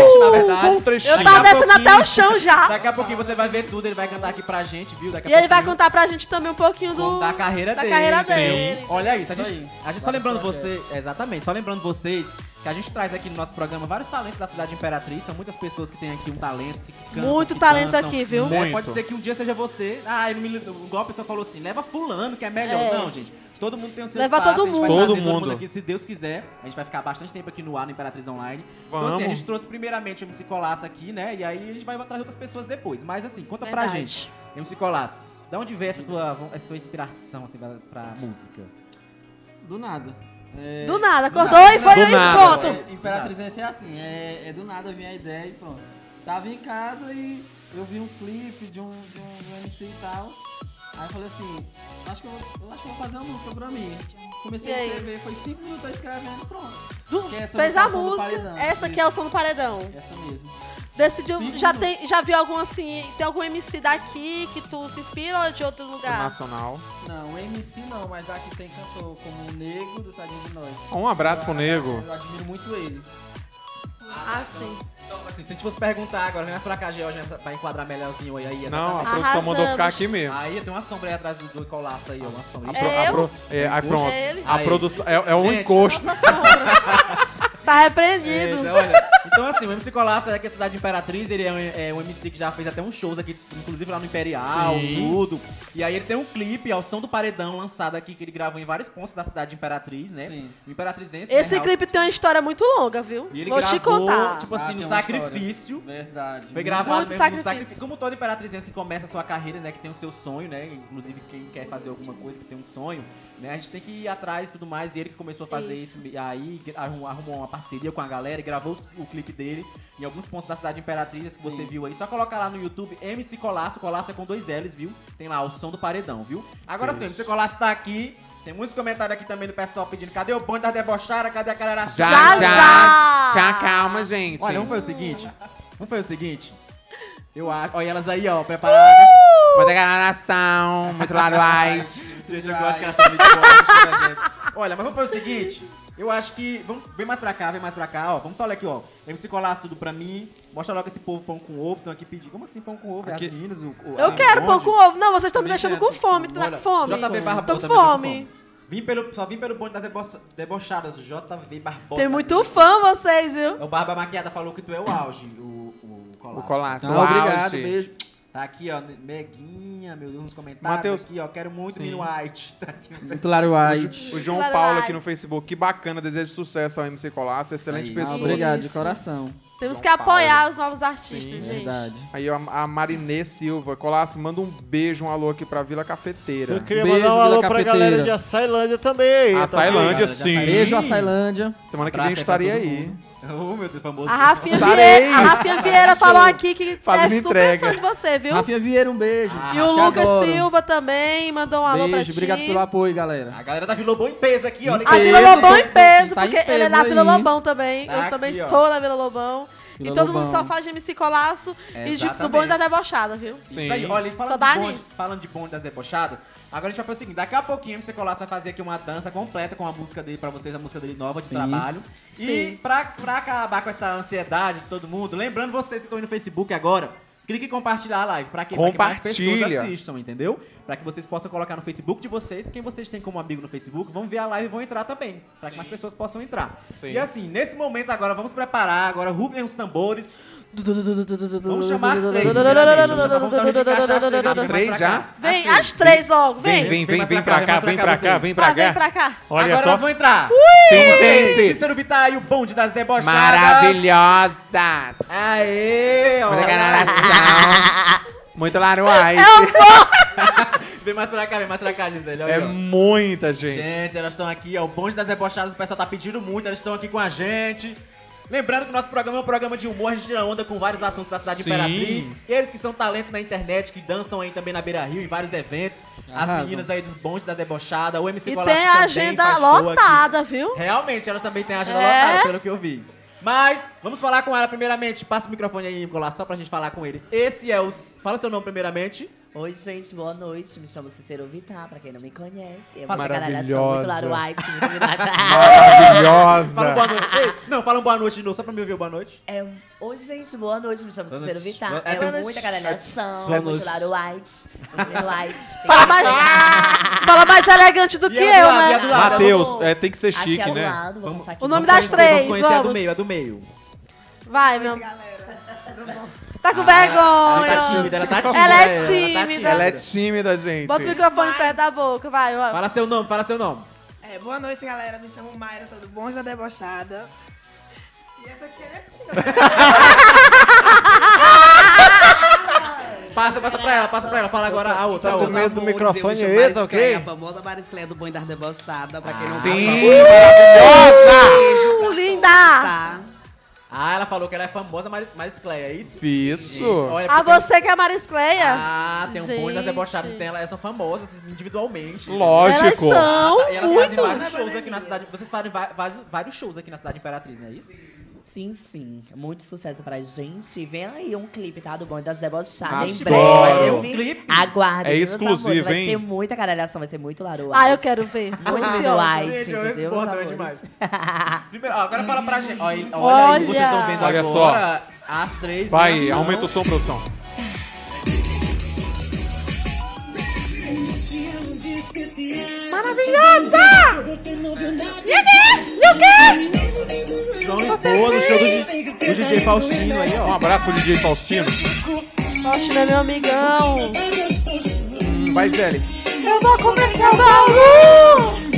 C: trecho, na verdade.
D: só um trechinho.
B: Eu
C: Daqui
B: tava
C: a
B: tá descendo
C: pouquinho-
B: até o chão já.
C: Daqui a pouquinho você vai ver tudo, ele vai cantar aqui pra gente, viu? Daqui a
B: E ele vai
C: pouquinho.
B: contar pra gente também um pouquinho do,
C: da carreira
B: da
C: dele.
B: carreira
C: Sim.
B: dele.
C: Olha isso, a gente,
F: Isso aí.
C: a gente só
F: Vários
C: lembrando você,
F: projetos.
C: exatamente, só lembrando vocês que a gente traz aqui no nosso programa vários talentos da cidade Imperatriz, são muitas pessoas que têm aqui um talento, que cantam,
B: Muito
C: que
B: talento
C: dançam,
B: aqui, viu?
C: né?
D: Muito.
C: Pode ser que um dia seja você. Ah, ele me, igual a pessoa falou assim, leva fulano que é melhor.
B: É.
C: Não, gente. Todo mundo tem o seu
B: Leva
C: espaço,
B: todo
C: a gente vai
D: mundo.
C: trazer
D: Todo
C: todo mundo
D: mundo.
C: aqui, se Deus quiser. A gente vai ficar bastante tempo aqui no ar no Imperatriz Online. Então, assim,
D: Vamos.
C: a gente trouxe primeiramente o MC Colasso aqui, né? E aí a gente vai trazer outras pessoas depois. Mas assim, conta pra
B: Verdade.
C: gente. MC Colasso, da um onde vem essa tua, vo- essa tua inspiração assim, pra, pra música?
G: Do nada. É,
B: Do nada, acordou e foi
D: Do
B: aí,
D: nada.
B: pronto.
G: É, Imperatrizense é assim, é, é do nada vem a ideia e pronto. Tava em casa e eu vi um clipe de um, de um, de um MC e tal. Aí eu falei assim, acho que eu, eu acho que eu vou fazer uma música pra mim. Comecei
B: E
G: a
B: aí?
G: escrever, foi cinco minutos escrevendo, pronto.
B: Du-
G: Que essa
B: Fez
G: música é
B: a
G: o som do
B: música.
G: paredão.
B: Essa aqui é o som do paredão.
G: Essa mesmo.
B: Decidiu,
G: Cinco
B: já,
G: minutos.
B: tem, já viu algum assim, tem algum MC daqui que tu se inspira ou é de outro lugar?
D: Nacional.
G: Não, MC não, mas daqui tem cantor como o Negro do Tadinho de Nós.
D: Um abraço pro
G: Eu-
D: nego.
G: Eu admiro muito ele.
B: Ah, sim.
C: Então, assim, se a gente fosse perguntar agora, vem mais pra cá, Georgia, pra enquadrar melhorzinho aí. aí
D: Não, a
C: exatamente.
D: produção
B: Arrasamos.
D: mandou ficar aqui mesmo.
C: Aí tem uma sombra aí atrás do, do Colasso aí, ó, uma sombra.
D: A,
C: Ixi,
D: pro- a
B: eu?
D: pro- é, a- pronto.
B: É ele?
D: A
C: Aí.
D: produção é, é um
C: Gente,
D: encosto.
B: Nossa sombra. tá
C: É,
B: repreendido.
C: então, olha, então assim, o MC Colasso é que a cidade Imperatriz, ele é um, é um MC que já fez até uns shows aqui, inclusive lá no Imperial,
D: Sim.
C: tudo. E aí ele tem um clipe ao som do paredão lançado aqui, que ele gravou em vários pontos da cidade Imperatriz, né?
G: Sim.
C: O Imperatrizense. né,
B: Esse
C: Raul?
B: clipe tem uma história muito longa, viu?
C: E ele
B: Vou te
C: gravou,
B: contar.
C: tipo assim,
G: Ah,
C: no
G: tem uma
C: sacrifício.
G: história. Verdade.
C: Foi
G: Muito
C: gravado
B: Muito
C: mesmo
B: sacrifício.
C: no sacrifício. Como todo imperatrizense que começa a sua carreira, né? Que tem o seu sonho, né? Inclusive quem quer fazer alguma coisa, que tem um sonho, né? A gente tem que ir atrás e tudo mais. E ele que começou a fazer isso.
B: Isso.
C: e aí que arrum- arrumou uma parceria com a galera e gravou os- o clipe dele em alguns pontos da cidade Imperatriz que você viu aí. Só coloca lá no YouTube MC Colasso. Colasso é com dois L's, viu? Tem lá o som do paredão, viu? Agora sim, o MC Colasso tá aqui. Tem muitos comentários aqui também do pessoal pedindo cadê o bonde da debochada, cadê a galera
B: Já,
C: chata?"
B: já.
D: Tchau, calma, gente.
C: Olha, vamos fazer o seguinte. Vamos fazer o seguinte. Eu acho. Olha elas aí, ó, preparadas.
B: tá Uh!
D: Uma declaração,
C: <laughs>
D: muito lado light.
C: Gente, eu gosto que elas estão muito boas, né, gente? Olha, mas vamos fazer o seguinte. Eu acho que. Vamos, vem mais pra cá, vem mais pra cá, ó. Vamos só olhar aqui, ó. MC Colasso tudo pra mim. Mostra logo esse povo pão com ovo. Estão aqui pedindo. Como assim pão com ovo? É
D: Aqui.
C: As meninas, o, o-
B: Eu
C: o
D: Um
B: quero pão
C: bonde?
B: com ovo. Não, vocês estão me
G: Também
B: deixando
D: é
G: quero,
B: com
D: assim.
G: tô
B: fome.
G: com
B: Tá
G: fome.
B: com fome.
C: JV Barbosa.
B: Tô
C: também
B: com fome.
C: Vim pelo, só vim pelo bonde das debocha- debochadas, o JV Barbosa. É
B: Tem muito fã vocês, viu?
C: O Barba Maquiada falou que tu é o auge, o, o Colasso.
D: O colasso.
G: Então,
D: o
G: obrigado,
D: auge.
G: beijo.
C: Tá aqui, ó, Meguinha, meu Deus, nos comentários
D: Mateus.
C: aqui, ó, quero muito
D: Sim.
C: Mino White. <laughs> Tá aqui.
G: Muito Laro White.
D: O João
B: Claro,
D: Paulo
B: ai.
D: aqui no Facebook, que bacana, desejo sucesso ao MC Colasso, é excelente
C: Aí.
D: pessoa.
G: Obrigado, de coração.
B: Temos
D: João
B: que apoiar os novos artistas, gente.
G: Verdade.
D: Aí a, a Marinê Silva, Colasso, manda um beijo, um alô aqui pra Vila
E: Eu
D: Cafeteira.
E: queria
G: Beijo,
E: mandar um alô
G: Vila
E: pra
G: Cafeteira.
E: galera de Açailândia também. tá
D: Açailândia,
E: ligado?
D: sim.
G: Beijo à Sailândia.
D: Semana que
C: Abraço
D: vem
C: aí
D: eu
C: pra
D: estaria
C: todo
D: aí.
C: mundo. Ô, meu Deus, famoso.
B: A Rafinha
D: Estarei.
B: Vieira, a
D: <laughs>
B: Rafinha Vieira falou aqui que
D: Fazendo
B: é super
D: entrega.
B: fã de você, viu?
G: Rafinha Vieira, um beijo.
B: e o
G: Te
B: Lucas
G: adoro.
B: Silva também mandou um alô pra ti.
G: Beijo, obrigado pelo apoio, galera.
C: A galera da Vila Lobão em peso aqui, ó.
B: A
C: Olha
B: Vila
G: peso,
B: Lobão em peso,
G: tá em
B: porque ele é
G: peso
B: da Vila
G: aí.
B: Lobão também.
C: Tá
B: eu também
C: aqui, ó.
B: sou da Vila Lobão.
G: Vila
B: e todo
G: Lobão.
B: mundo só fala de MC Colasso e de, do
C: Exatamente.
B: bonde da debochada, viu?
D: Sim.
C: Isso aí, olha, e
B: Só
C: falando
B: dá
C: de, bonde,
B: nisso.
C: falando de bonde das debochadas, agora a gente vai fazer o seguinte, daqui a pouquinho o MC Colasso vai fazer aqui uma dança completa com a música dele pra vocês, a música dele nova de
G: Sim.
C: trabalho. E
B: Sim.
C: pra, pra acabar com essa ansiedade de todo mundo, lembrando vocês que estão aí no Facebook agora, clique em compartilhar a live pra que, pra que mais pessoas
D: Compartilha.
C: assistam, entendeu? Pra que vocês possam colocar no Facebook de vocês, quem vocês têm como amigo no Facebook, vão ver a live e vão entrar também, pra que mais pessoas possam entrar.
D: Sim.
C: E assim, nesse momento agora, vamos preparar, agora rufem os tambores, Vamos chamar as três. primeiramente. Vamos chamar- vamos dar um jeito de encaixar as três aqui,
D: As
C: mais
D: três
C: pra
D: já?
C: cá.
B: Vem,
C: As
B: as três logo, vem.
D: Vem, vem,
C: Assim, Vem
D: vem,
C: mais
D: vem
C: pra
D: pra
C: cá,
D: cá,
C: vem
D: vem
C: pra cá
D: pra cá,
C: vocês.
D: vem
B: Ah,
D: pra
B: vem
D: cá.
B: pra cá.
A: Olha
C: Agora
A: só.
C: nós vamos entrar.
D: Sim,
C: Ei,
D: sim, sim.
C: Cícero Vittar e o bonde das debochadas.
D: Maravilhosas.
C: Aê, ó.
D: Muita gararação. Muito laruais.
C: Vem mais pra cá, vem mais pra cá, Gisele. olha
D: É
C: aí, ó.
D: muita gente.
C: Gente, elas estão aqui, ó. O bonde das debochadas, o pessoal tá pedindo muito, elas estão aqui com a gente. Lembrando que o nosso programa é um programa de humor, a gente tira onda com vários assuntos da cidade
D: Sim.
C: imperatriz. Eles que são talento na internet, que dançam aí também na Beira Rio, em vários eventos. As
G: Arrasam.
C: meninas aí dos bondes da debochada, o MC
B: E
C: Colasso
B: tem a
C: também
B: agenda
C: faz show aqui.
B: lotada, viu?
C: Realmente, elas também têm a agenda
B: É?
C: lotada, pelo que eu vi. Mas, vamos falar com ela primeiramente. Passa o microfone aí, Nicolás, só pra gente falar com ele. Esse é o... Fala seu nome primeiramente.
H: Oi, gente, boa noite. Me chamo Cicero Vittar, pra quem não me conhece. Eu
D: Maravilhosa.
H: Muito Laro White, muito virada.
C: Fala um
D: <laughs> Maravilhosa.
C: boa noite. Ei, não, fala um boa noite de novo, só pra me ouvir o boa noite.
H: é, oi, gente, boa noite. Me chamo
C: Boa
H: Cicero
C: noite.
H: Vittar.
C: Boa- é,
H: É,
C: tem-
H: muita galeração,
C: Boa
H: é muito
C: noite.
H: Laro White, muito White.
B: Fala
C: <laughs>
B: mais, fala mais elegante do
C: E
B: que
C: é do
B: eu,
C: lado, e é
B: né?
C: do lado.
D: Matheus, é, tem que ser
H: Aqui
D: chique,
H: ao
D: né?
H: lado, vou passar aqui.
B: O nome
H: Vamos
B: das
H: conhecer.
B: três,
C: vamos conhecer a é do
B: vamos.
C: meio, a do meio.
B: Vai, meu. Tá com vergonha.
C: Ah, Ela tá tímida, ela tá tímida.
B: Ela é
C: tá
B: tímida.
D: Ela é tímida, gente.
B: Bota o microfone perto da boca, vai. Uh, ó.
C: Fala seu nome, fala seu nome.
I: É, boa noite, galera. Me chamo Mayra, sou do Bons da Debochada. E essa aqui é
C: Passa, passa pra ela, passa pra ela. Fala agora a outra, a
E: Tá com
C: outra.
E: medo do microfone aí, tá ok?
J: A famosa Maricléia do Banho das Debochada, pra quem não tá
D: Sim, maravilhosa.
B: Uh, linda.
J: tá.
C: Ah, ela falou que ela é famosa, mas, mas Cleia, é isso? Gente,
D: Isso.
C: olha,
B: A
C: porque tem-
B: você que é a Mariscleia.
C: Ah, tem um bonde das
B: Gente.
C: debochadas, tem, elas são famosas individualmente.
B: Elas
D: Lógico.
B: são
C: E elas fazem
B: muito.
C: vários shows aqui na cidade. Vocês fazem va- va- vários shows aqui na cidade Imperatriz, não é isso?
H: Sim, sim. Muito sucesso pra gente. E Vem aí um clipe, tá? Do Bonde das Debochadas.
C: Acho
H: Em
C: bom. Vai ter
H: breve.
C: um clipe?
H: Aguardem.
D: É
H: meus amores.
D: exclusivo,
H: Vai
D: hein?
H: ser muita caralhação, vai ser muito Laro
B: Ah, eu
H: White.
B: quero ver. Tô
H: Muito
B: ansiosa.
H: Laro White,
C: Gente, eu
H: entendeu, meus
C: respondo, é
H: amores?
C: demais. Primeiro, ó, agora fala pra gente. Ó, e- Olha, aí,
B: Olha.
C: vocês estão vendo
D: Olha
C: agora as três.
D: Vai,
C: né?
D: aumenta o som, produção.
C: João Lisboa no show do, Di- do DJ Faustino aí,
D: Um
C: ó.
D: abraço pro DJ Faustino.
B: Poxa, meu meu amigão.
D: Hum, Vai, Zé.
B: Eu vou comprar seu baú.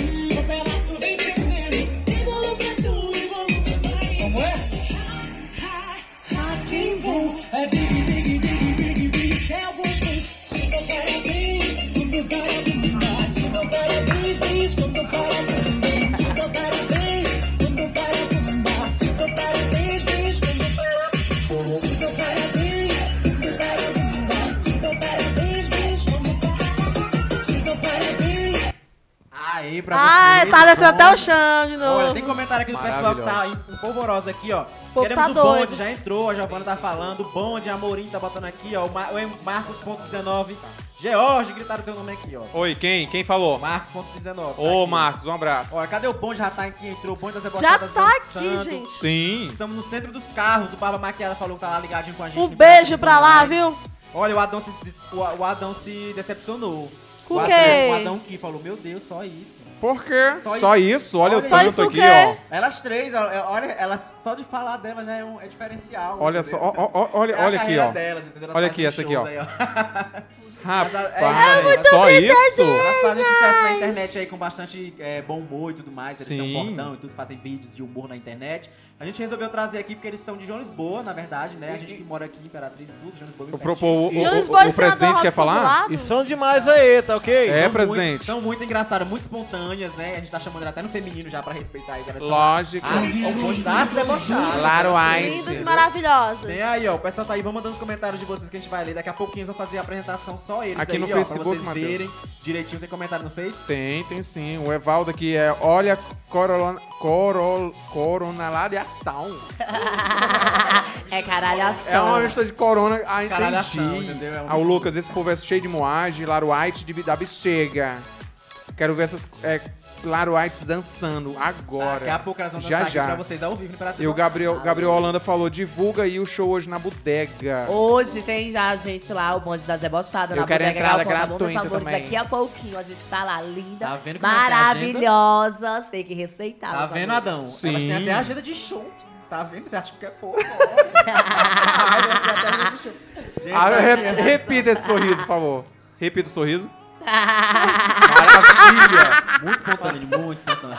C: Aí, pra
B: Ah,
C: vocês.
B: tá descendo
C: Bom.
B: até o chão de
C: Olha, tem
B: novo.
C: comentário aqui do pessoal que tá em- em polvorosa aqui, ó.
B: povo
C: Queremos
B: tá
C: o bonde,
B: doido.
C: já entrou, a Giovana tá falando. O bonde, a Amorim tá botando aqui, ó. O, Mar o M- Marcos.19. George, gritaram teu nome aqui, ó.
D: Oi, quem? Quem falou?
C: Marcos.19. tá
D: Ô,
C: aqui.
D: Marcos, um abraço.
C: Olha, cadê o bonde? Já tá aqui, entrou o bonde das
B: Já
C: debochadas
B: tá aqui,
C: dançando.
B: gente.
D: Sim.
C: Estamos no centro dos carros. O Barba Maquiada falou que tá lá ligadinho com a gente.
B: Um
C: no
B: beijo pra lá,
C: Imperatriz Online.
B: viu?
C: Olha, o Adão se, o- o Adão se decepcionou.
B: Com
C: o Adão,
B: quem?
C: o Adão que falou, meu Deus, só isso.
D: Por quê?
C: Só
D: Só,
C: isso.
D: isso. Olha o
C: Só
D: tanto
B: isso o
D: aqui,
B: quê?
D: ó.
C: Elas três, ó, é- olha, elas, só de falar dela já é, um, é diferencial.
D: Olha só,
C: entendeu?
D: ó, ó, ó, olha,
C: É a
D: olha aqui,
C: carreira
D: ó.
C: delas, entendeu? Elas
D: Olha
C: fazem
D: aqui, essa aqui,
C: shows
D: ó.
C: aí, Mas a- é
D: Rapaz,
C: muito
D: só isso?
C: Elas fazem sucesso na internet aí com bastante é, bom humor e tudo mais. Eles têm um
D: Sim.
C: portão e tudo, fazem vídeos de humor na internet. A gente resolveu trazer aqui porque eles são de João Lisboa, na verdade, né? A gente que mora aqui, Imperatriz e tudo, João Lisboa. bem
D: O, pro-
C: pertinho.
D: o- o-
B: João Lisboa
D: o- o
B: e Senador
D: presidente quer
B: Robson do
D: falar?
B: lado.
E: E são demais aí, tá ok?
D: É,
C: São Muito,
D: presidente.
C: são muito engraçadas, muito espontâneas, né? A gente tá chamando ela até no feminino já pra respeitar aí. que elas são
D: Lógico.
C: As, o bonde das debochadas. né?
D: Claro, ai.
B: Lindas e
D: Entendeu?
B: maravilhosas.
C: Tem aí, ó. O pessoal tá aí. Vamos mandando os comentários de vocês que a gente vai ler. Daqui a pouquinho eu vou fazer a apresentação só eles
D: Aqui
C: aí,
D: no
C: ó,
D: Facebook,
C: pra vocês
D: Matheus.
C: verem direitinho. Tem comentário no Face?
D: Tem, tem sim. O Evaldo aqui é olha corolona, corol, coronalariação.
H: <laughs> É caralhação.
D: É uma lista de corona. Ah,
C: Caralhação,
D: entendi.
C: entendeu? É um
D: ah, o Lucas, esse povo é cheio de moagem, Laruite de Bidabi chega. Quero ver essas é, Laruites dançando agora.
C: Daqui a pouco elas vão
D: já,
C: dançar aqui
D: já.
C: pra vocês ao vivo, Imperatriz.
D: E o Gabriel, Gabriel Holanda falou, divulga aí o show hoje na bodega.
H: Hoje tem já a gente lá, o bonde das debochadas,
D: Eu
H: na
D: quero
H: bodega
D: entrada
H: Galvão, na Mão dos
D: gratuita
H: Sabores.
D: também.
H: Daqui a pouquinho a gente tá lá, linda,
C: Tá vendo como é essa
H: maravilhosa. Tem que respeitar.
C: Tá
H: meus
C: vendo,
H: amores.
C: Adão?
D: Sim.
C: Elas têm até agenda de show. Tá vendo? Você acha que é <laughs> pouco? Ai, elas têm até agenda de show. Gente,
D: Ah,
C: tá
D: re-
C: aqui, ó.
D: repita esse sorriso, por favor. Repita o sorriso. Maravilha!
C: Muito espontâneo, muito espontâneo.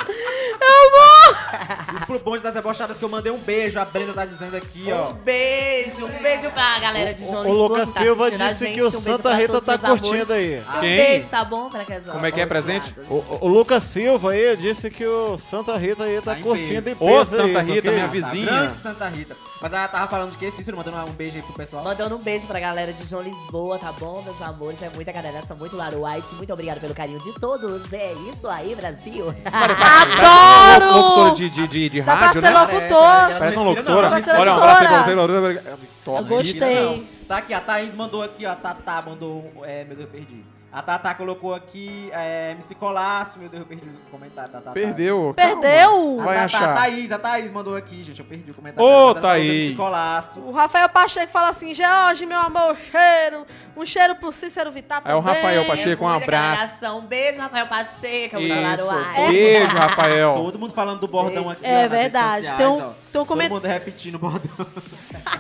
C: Isso pro bonde das debochadas que eu mandei um beijo. A Brenda tá dizendo aqui, ó.
H: Um beijo, um beijo pra galera de João
E: O Lucas
H: que tá
E: Silva
H: assistindo a
E: disse
H: gente,
E: que o
H: um beijo
E: Santa
H: pra
E: Rita
H: todos
E: tá
H: meus amores.
E: curtindo aí.
H: Um
D: Quem?
H: beijo, tá bom? Pra que as
D: Como é que é, presente?
E: O, o Lucas Silva aí disse que o Santa Rita aí tá,
C: Tá em
E: curtindo
C: peso.
E: em peso.
D: Ô,
E: aí,
D: Santa Rita,
E: ok?
D: minha
C: Tá,
D: vizinha.
C: grande Santa Rita. Mas ela tava falando de que, Cícero? Mandando um beijo aí pro pessoal.
H: Mandando um beijo pra galera de João Lisboa, tá bom, meus amores? É muita cadernança, muito Laro White. Muito obrigado pelo carinho de todos. É isso aí, Brasil.
B: Adoro!
D: é um Locutor de, de, de, de
B: Dá Tá pra
D: rádio,
B: ser
D: né?
B: locutor.
D: Parece uma
C: Respira, não,
D: locutora.
B: parece uma
D: Olha, um abraço aí pra você,
B: locutora.
D: locutora. Top.
B: Eu gostei.
C: Isso não. Tá aqui, a Thaís mandou aqui, ó. A Tatá mandou. um- É, meu Deus, eu perdi. A Tatá colocou aqui, é, MC Colasso. Meu Deus, eu perdi o comentário. da Tatá.
D: Perdeu.
B: Perdeu.
C: A
D: Vai
C: Tatá-
D: achar.
C: A Thaís, a Thaís mandou aqui, gente. Eu perdi o comentário.
D: Ô,
C: Ela falou do
D: Thaís.
C: MC Colasso.
B: O Rafael Pacheco fala assim, George, meu amor, cheiro. Um cheiro pro Cícero Vittar
D: É o
B: também.
D: Rafael Pacheco, um
H: Muita
D: abraço.
H: cadernança. Um beijo, Rafael Pacheca, muito Laro
D: Isso.
H: White.
D: Beijo, Rafael.
C: Todo mundo falando do bordão aqui. ó,
B: É
C: nas redes
B: verdade.
C: sociais,
B: Tem
C: ó.
B: um, tem um
C: Todo
B: comentário.
C: mundo repetindo
B: <laughs>
C: o bordão.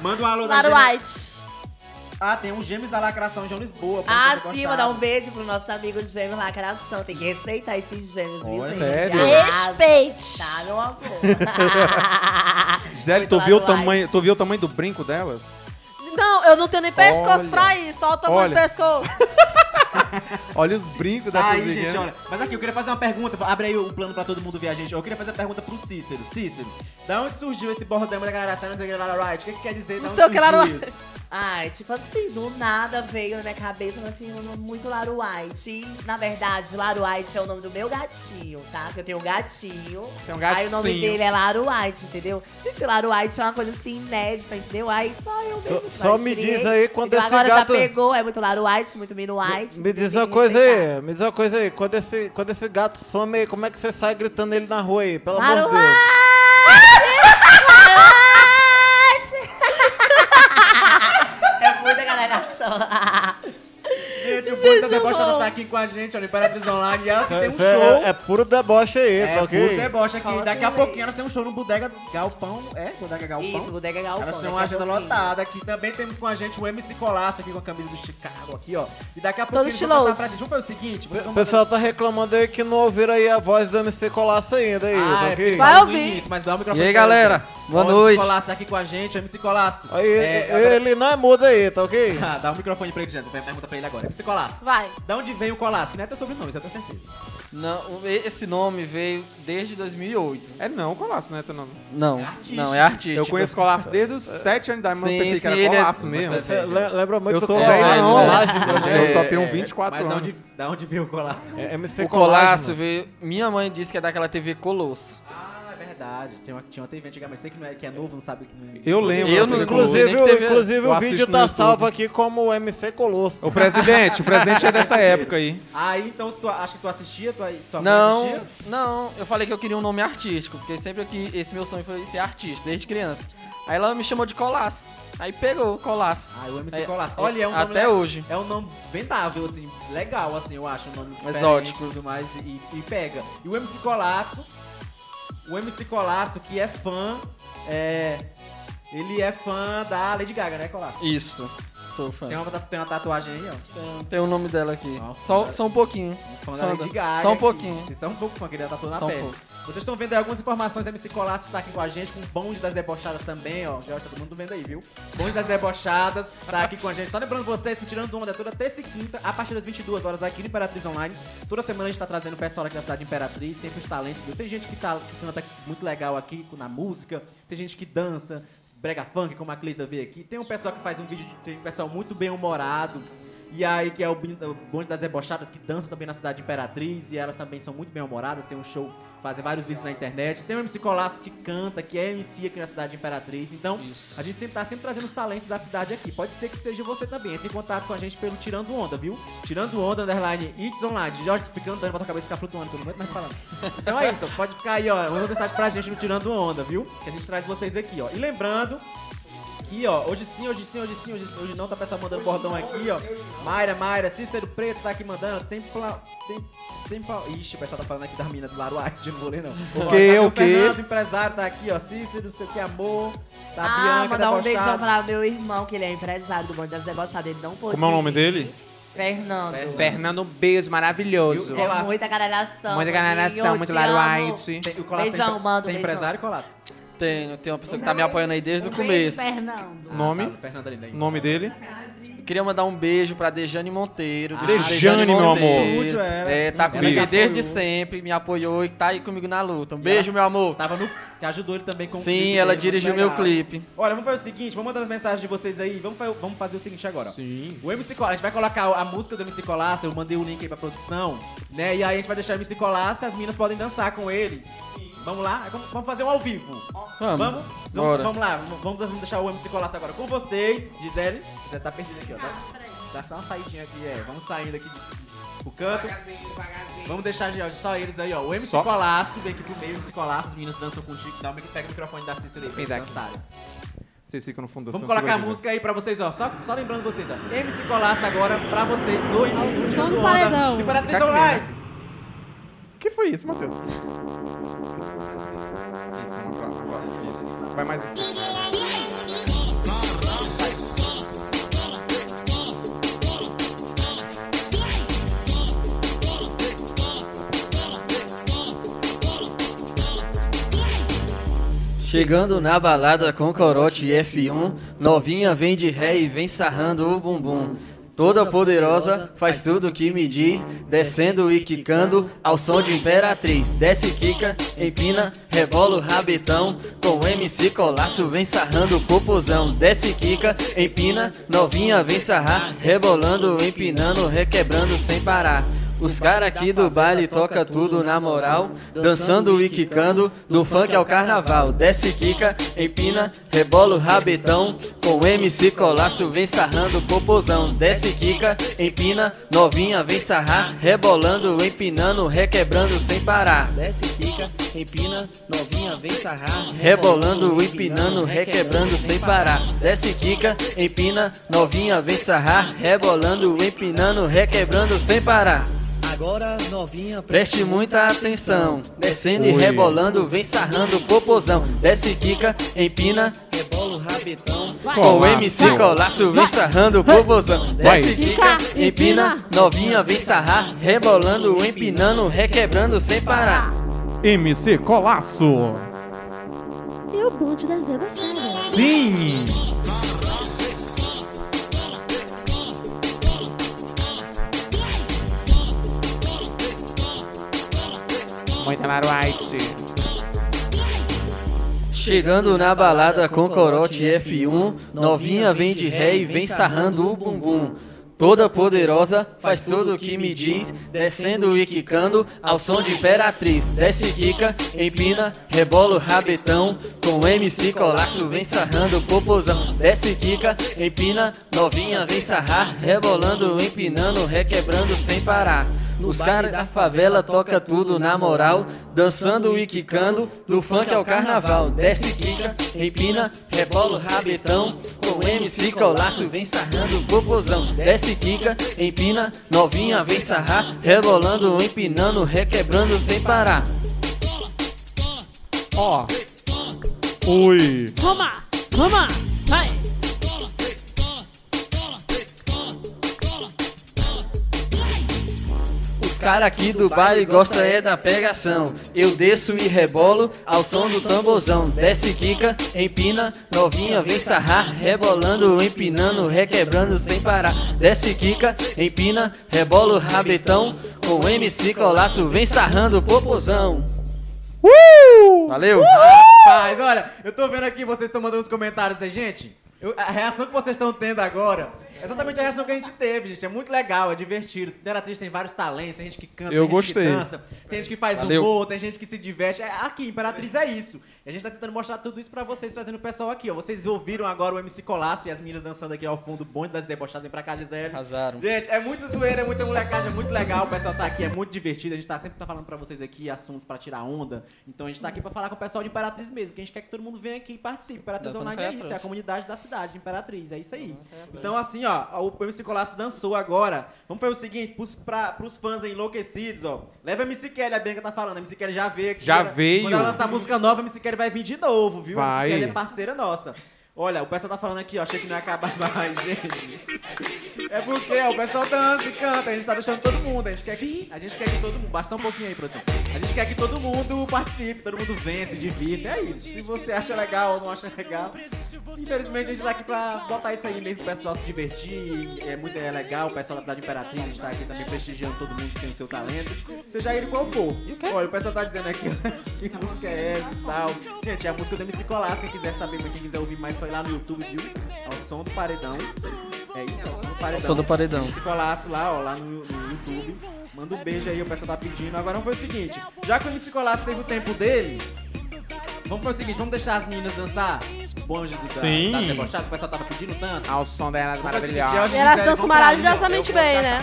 C: Manda um alô da
B: Laro
C: gema-
B: White.
C: Ah, tem um Gêmeos da Lacração em João Lisboa. ponto
H: Ah,
C: debochado.
H: sim, mandar um beijo pro nosso amigo gêmeo Lacração. Tem que respeitar esses gêmeos, viu,
D: Olha,
H: gente?
D: sério?
H: Ah,
B: Respeite.
H: Tá, meu amor.
D: <laughs> Gisele, tu
H: Muito
D: viu, o
H: Laro
D: tamanho,
H: White.
D: tu viu o tamanho do brinco delas?
B: Não, eu não tenho nem pescoço
D: Olha.
B: pra isso. Olha o tamanho do
D: Olha.
B: pescoço.
D: Olha os brincos dessas
C: Aí, gente,
D: meninas.
C: olha. Mas aqui, eu queria fazer uma pergunta. Abre aí o plano pra todo mundo ver a gente. Eu queria fazer a pergunta pro Cícero. Cícero, da onde surgiu esse bordão da galera saindo da galera right? O que, que quer dizer? Da
B: Não
C: onde
B: sei o que
C: surgiu
B: Lara White.
H: <laughs>
C: isso?
H: Ai, tipo assim, do nada veio na minha cabeça falei assim, eu amo muito Laro White. E, na verdade, Laro White é o nome do meu gatinho, tá? Porque eu tenho um gatinho.
D: Tem um
H: Aí o nome
D: gatinho.
H: dele é Laro White, entendeu? Gente, Laro White é uma coisa assim inédita, entendeu? Aí só eu mesmo. que
E: só me
H: criei,
E: diz aí quando
H: entendeu?
E: esse
H: Agora
E: gato-
H: já pegou, é muito Laro White, muito Mino White.
E: Me
H: entendeu?
E: diz
H: Tem
E: uma
H: que
E: coisa
H: respeitar.
E: aí, me diz uma coisa aí. Quando esse, quando esse gato some aí, como é que você sai gritando ele na rua aí? Pelo amor de
H: Laro
E: Deus.
H: <laughs> É muita galeração. <laughs>
C: Gente, o Boi das Debochadas tá aqui com a gente, olha, Imperatriz Online. E elas que tem um
E: Isso é-
C: show.
E: É, puro deboche aí,
C: É,
E: tá
C: é
E: ok?
C: puro deboche aqui.
H: Fala
C: Daqui a
H: assim,
C: pouquinho elas têm um show no Bodega Galpão. É? Bodega Galpão?
D: Então,
H: Isso, bodega galpão.
C: Elas têm
D: né,
H: daqui
D: é
C: uma
H: a
C: agenda
D: assim.
H: pouquinho.
C: lotada aqui. Também temos com a gente o MC Colasso aqui com a camisa do Chicago aqui, ó. E daqui a pouco
B: Todo
C: eles vão contar
B: estiloso.
C: pra gente. Vamos fazer o seguinte, vocês
E: O
C: vão
E: pessoal tá reclamando aí que não ouviram aí a voz do MC Colasso ainda aí,
C: Ah,
E: tá
C: é,
E: ok?
C: porque falou no
B: ouvir.
C: início, mas dá o microfone
J: E aí,
C: pra ele.
J: galera? Boa
C: Ó,
J: noite.
C: MC Colasso tá aqui com a gente, MC Colasso.
E: Aí,
C: É,
E: ele ele não é mudo aí, tá
C: <laughs>
E: ok?
C: agora- Ah, <laughs> dá o microfone pra ele, gente. Pergunta pra ele agora. MC Colasso,
B: Vai.
C: da onde vem o Colasso? Que não é teu sobrenome, isso eu tenho certeza.
J: Não, o- esse nome veio desde 2008.
D: É não, Colasso, não é teu nome.
J: Não,
C: É artístico.
J: não, é artístico.
D: Eu conheço Colasso desde <laughs> os 7 anos de idade, mas eu
J: Sim,
D: pensei que
J: sim,
D: era
J: ele é-
D: Colasso mesmo.
C: Mas
E: Você le- lembra muito
D: Eu
E: do
D: sou
J: É,
D: velho,
E: Colasso,
J: é,
D: não.
E: Colágeno, né?
D: Eu só tenho
C: mas
D: 24
C: da
D: anos.
C: onde, da onde veio o Colasso?
E: É, MC
J: O Colasso
E: Colágeno.
J: veio. Minha mãe disse que é daquela TV Colosso.
C: Ah, é verdade. Tem uma, tinha uma TV antigamente. Você que, não é, que é novo, não sabe. que não-
D: Eu lembro.
J: Eu
D: da TV
J: não-
D: Colosso. <laughs>
E: Inclusive,
J: nem teve-
E: o- inclusive
D: eu
E: o
D: assisto
E: vídeo
D: no
E: tá
D: YouTube.
E: salvo aqui como MC Colosso.
D: O presidente, o presidente é dessa época aí.
C: Aí, então, tu, acho que tu assistia, tua, tua
J: não,
C: mãe assistia?
J: não, eu falei que eu queria um nome artístico, porque sempre que esse meu sonho foi ser artista, desde criança. Aí ela me chamou de Colasso. Aí pegou Colasso.
C: Ah, o MC
J: É,
C: Colasso.
J: é,
C: Olha, é um nome...
J: até
C: le-
J: hoje.
C: É um nome vendável, assim, legal, assim, eu acho. Um nome diferente
J: Exótico.
C: e tudo mais, e, e pega. E o MC Colasso, o MC Colasso, que é fã, é... Ele é fã da Lady Gaga, né, Colasso?
J: Isso. Sou fã.
C: Tem uma, tem uma tatuagem aí, ó.
J: Tem- Tem o nome dela aqui.
C: Nossa,
J: Só,
C: cara.
J: só um pouquinho.
C: Fã da
J: Fã
C: Lady
J: da-
C: Gaga.
J: só um
C: que-
J: pouquinho.
C: que Só um pouco, fã, que ele já tatuou na
J: Só um
C: pele.
J: pouco.
C: Vocês estão vendo aí algumas informações do MC Colasso que tá aqui com a gente, com o bonde das debochadas também, ó. Já tá todo mundo vendo aí, viu? Bonde das debochadas tá aqui com a gente. Só lembrando vocês que o Tirando Onda é toda terça e quinta, a partir das 22 horas aqui no Imperatriz Online. Toda semana a gente tá trazendo o pessoal aqui da cidade de Imperatriz, sempre os talentos, viu? Tem gente que, tá, que canta muito legal aqui na música, tem gente que dança, brega funk, como a Clícia veio aqui. Tem um pessoal que faz um vídeo, de- tem um pessoal muito bem-humorado. E aí, que é o bin- o bonde das debochadas, que dançam também na cidade de Imperatriz, e elas também são muito bem-humoradas, tem um show, fazem vários vídeos na internet. Tem o MC Colasso que canta, que é MC aqui na cidade de Imperatriz. Então, a gente sempre tá sempre trazendo os talentos da cidade aqui. Pode ser que seja você também. Entre em contato com a gente pelo Tirando Onda, viu? Tirando Onda, underline, it's online. Jorge ficando dando bota a cabeça e ficar flutuando, que eu não aguento mais falando. Então é isso, pode ficar aí, ó, mandando mensagem pra gente no Tirando Onda, viu? Que a gente traz vocês aqui, ó. E lembrando, Aqui, ó. Hoje sim, hoje sim, hoje sim, hoje, sim, hoje não. Tá o pessoal mandando bordão aqui, ó. Mayra, Mayra, Cícero Preto tá aqui mandando. Tem pla... Tem... Tem pau. Ixi, o pessoal tá falando aqui da mina do <laughs> Laruarte, eu não vou ler, não.
D: O
C: Ó,
D: quê?
C: tá
D: O quê?
C: Fernando, empresário, tá aqui, ó. Cícero, não sei o que, amor. Tá
H: ah,
C: Bianca,
H: mandar um
C: debochada.
H: beijão pra meu irmão, que ele é empresário do Bonde das Debochadas. Ele não pôde
D: Como é o nome
H: vir.
D: dele?
H: Fernando.
C: É,
D: Fernando Beus, maravilhoso.
H: É muita garalhação.
D: Muita garalhação,
H: amiguinho,
D: muito
H: te amo.
D: laruaite.
C: Tem- o Colasso tem
H: Beijão,
C: empre-
H: mando
C: Tem
H: beijão.
C: empresário, Colasso?
J: Tenho, tem uma pessoa que tá me apoiando aí desde o começo.
I: Fernando.
C: tá,
D: Nome?
C: Fernando ali, daí.
D: Nome dele?
J: Queria mandar um beijo pra Dejane Monteiro. do
D: Dejane,
J: Estúdio
D: meu amor.
J: Monteiro.
C: Era.
J: É, tá
C: Ela
J: comigo
C: que
J: desde
C: apoiou.
J: sempre, me apoiou e tá aí comigo na luta. Um beijo, meu amor.
C: Tava no. Que ajudou ele também tá com o
J: Sim,
C: clipe
J: ela
C: dele,
J: dirigiu
C: muito
J: meu
C: legal.
J: clipe.
C: Olha, vamos fazer o seguinte, vamos mandar as mensagens de vocês aí. Vamos, fa- vamos fazer o seguinte agora. ó. O MC Colasso, a gente vai colocar a música do MC Colasso, eu mandei o link aí pra produção, né? E aí a gente vai deixar o MC Colasso, as meninas podem dançar com ele. Vamos lá? Vamos- Vamos fazer um ao vivo.
J: Vamos.
C: Vamos, vamos,
J: Bora.
C: vamos lá, vamos- vamos deixar o MC Colasso agora com vocês. Gisele, você tá perdida aqui, ó.
B: Ah,
C: Dá, dá só uma saidinha aqui, é. Vamos saindo aqui de, de- pro canto. Vamos deixar George, só eles aí, ó. O MC
D: Só-
C: Colasso vem aqui pro meio, o MC Colasso, as meninas dançam contigo. Dá uma que pega o microfone da Cícero aí pra
D: Vem
C: eles
D: daqui.
C: dançarem.
D: Vocês ficam no fundo da
C: Vamos
D: sala,
C: colocar a
D: segura,
C: música aí pra vocês, ó. Só, só lembrando vocês, ó. MC Colasso agora pra vocês no início
B: som É do
C: Onda.
B: paredão.
C: Imperatriz
D: Fica aqui,
C: Online.
D: Gisele. que foi isso, Matheus? Isso, vamos lá, agora. Isso. Vai mais assim.
F: Chegando na balada com corote F1, novinha vem de ré e vem sarrando o bumbum. Toda poderosa, faz tudo o que me diz, descendo e quicando ao som de Imperatriz. Desce, quica, empina, rebola o rabetão, com MC Colasso vem sarrando o popozão. Desce, quica, empina, novinha vem sarrar, rebolando, empinando, requebrando sem parar. Os cara aqui do baile toca tudo na moral, dançando e quicando, do funk ao carnaval. Desce quica, empina, rebola o rabetão, com MC Colasso vem sarrando o popozão. Desce quica, empina, novinha vem sarrar, rebolando, empinando, requebrando sem parar. Desce, pica, empina, novinha vem sarrar. Rebolando, empinando, requebrando sem parar. Desce quica, empina, novinha vem sarrar, rebolando, empinando, requebrando sem parar.
H: Agora, novinha,
F: Preste muita atenção, descendo e rebolando, vem sarrando o popozão. Desce, quica, empina,
H: rebola o rabetão.
F: com o MC Colasso, vem sarrando o popozão. Desce, quica, empina, novinha, vem sarrar, rebolando, empinando, requebrando sem parar.
D: MC Colasso.
K: E o bonde das debochadas.
D: Sim! Muita Laruite.
F: Chegando na balada com corote F1, novinha vem de ré e vem sarrando o bumbum. Toda poderosa, faz tudo o que me diz, descendo e quicando ao som de Imperatriz. Desce, quica, empina, rebola o rabetão, com MC Colasso vem sarrando o popozão. Desce, quica, empina, novinha vem sarrar, rebolando, empinando, requebrando sem parar. Os caras da favela toca tudo na moral, dançando e quicando, do funk ao carnaval. Desce, quica, empina, rebola o rabetão, com MC Colasso vem sarrando o popozão. Desce, quica, empina, novinha vem sarrar, rebolando, empinando, requebrando sem parar.
D: Ó. Ui.
K: Toma, toma, vai.
F: Os caras aqui do baile gosta é da pegação. Eu desço e rebolo ao som do tamborzão. Desce, quica, empina, novinha vem sarrar, rebolando, empinando, requebrando sem parar. Desce, quica, empina, rebolo rabetão, com MC Colasso vem sarrando popozão.
C: Uh!
F: Valeu.
C: Rapaz, olha, eu tô vendo aqui vocês estão mandando os comentários aí, gente. eu- a reação que vocês estão tendo agora é Exatamente a reação que a gente teve, gente. É muito legal, é divertido. Imperatriz tem vários talentos, tem gente que canta, tem
D: Eu
C: gente
D: gostei.
C: que dança, tem gente que faz
D: Valeu.
C: humor, tem gente que se diverte. É, Aqui, Imperatriz é isso. E a gente tá tentando mostrar tudo isso pra vocês, trazendo o pessoal aqui, ó. Vocês ouviram agora o MC Colasso e as meninas dançando aqui ao fundo, bonde das debochadas, vem pra cá, Gisele.
J: Arrasaram.
C: Gente, é muita zoeira, é muita molecagem, é muito legal. O pessoal tá aqui, é muito divertido. A gente tá sempre tá falando pra vocês aqui assuntos pra tirar onda. Então a gente tá aqui pra falar com o pessoal de Imperatriz mesmo, que a gente quer que todo mundo venha aqui e participe. Imperatriz
J: Dançando
C: Online é isso,
J: Imperatriz.
C: é a comunidade da cidade, de Imperatriz, é isso aí. Então, assim, ó, o MC Colasso dançou agora. Vamos fazer o seguinte, pros, pra, pros fãs aí enlouquecidos, ó. Leva a MC Kelly, a Bianca tá falando. A MC Kelly já veio aqui.
D: Já
C: Quando ela-
D: veio.
C: Quando ela lançar música nova, a MC Kelly vai vir de novo, viu? A
D: Vai.
C: MC Kelly é parceira nossa. Olha, o pessoal tá falando aqui, ó, achei que não ia acabar <laughs> mais, gente. É porque ó, o pessoal dança e canta, a gente tá deixando todo mundo, a gente quer que, a gente quer que todo mundo, basta só um pouquinho aí, produção. A gente quer que todo mundo participe, todo mundo venha, se divirta, é isso. Se você acha legal ou não acha legal, infelizmente a gente tá aqui pra botar isso aí mesmo, o pessoal se divertir, é muito é legal, o pessoal da Cidade Imperatriz, a gente tá aqui também prestigiando todo mundo que tem o seu talento, seja ele qual for. Olha, o pessoal tá dizendo aqui, <laughs> que música é essa e tal. Gente, é a música do MC Colar, quem quiser saber, pra quem quiser ouvir mais, foi lá no YouTube, viu? É o som do paredão. É isso, é o som do paredão.
J: É o som do paredão.
C: Esse colaço lá, ó, lá no, no YouTube. Manda um beijo aí, o pessoal tá pedindo. Agora vamos fazer o seguinte: já que o MC Colasso teve o tempo dele, vamos fazer o seguinte: vamos deixar as meninas dançar. Bonde do
D: Sim.
C: Da, da debochada, que o pessoal tava pedindo tanto.
D: Ao som dela
B: E elas dançam maravilhosamente bem, né?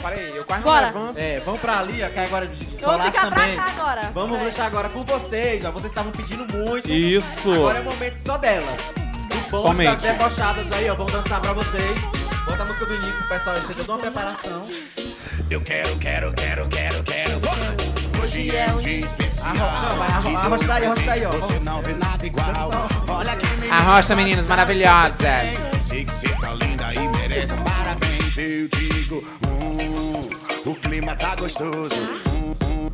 B: Bora.
C: É, vamos pra ali, ó, que agora é de de
B: Eu vou
C: Colasso
B: ficar pra
C: também.
B: cá agora.
C: Vamos deixar agora com vocês, ó. Vocês estavam pedindo muito.
D: Isso.
C: Agora é o momento só delas.
B: É.
C: O bonde
D: Somente.
C: das debochadas aí, ó. Vamos dançar pra vocês. Bota a música do início pro pessoal, você deu uma preparação.
L: Eu quero, quero, quero, quero, quero. Hoje é um dia especial.
C: Arro- não, vai, arro- arrocha daí, arrocha daí, ó.
L: Você não vê nada igual. Olha
D: um
L: que menina.
D: Arrocha, meninas maravilhosas.
L: Sei que você tá linda e merece parabéns. Eu digo, hum, o clima tá gostoso. Hum, hum, hum,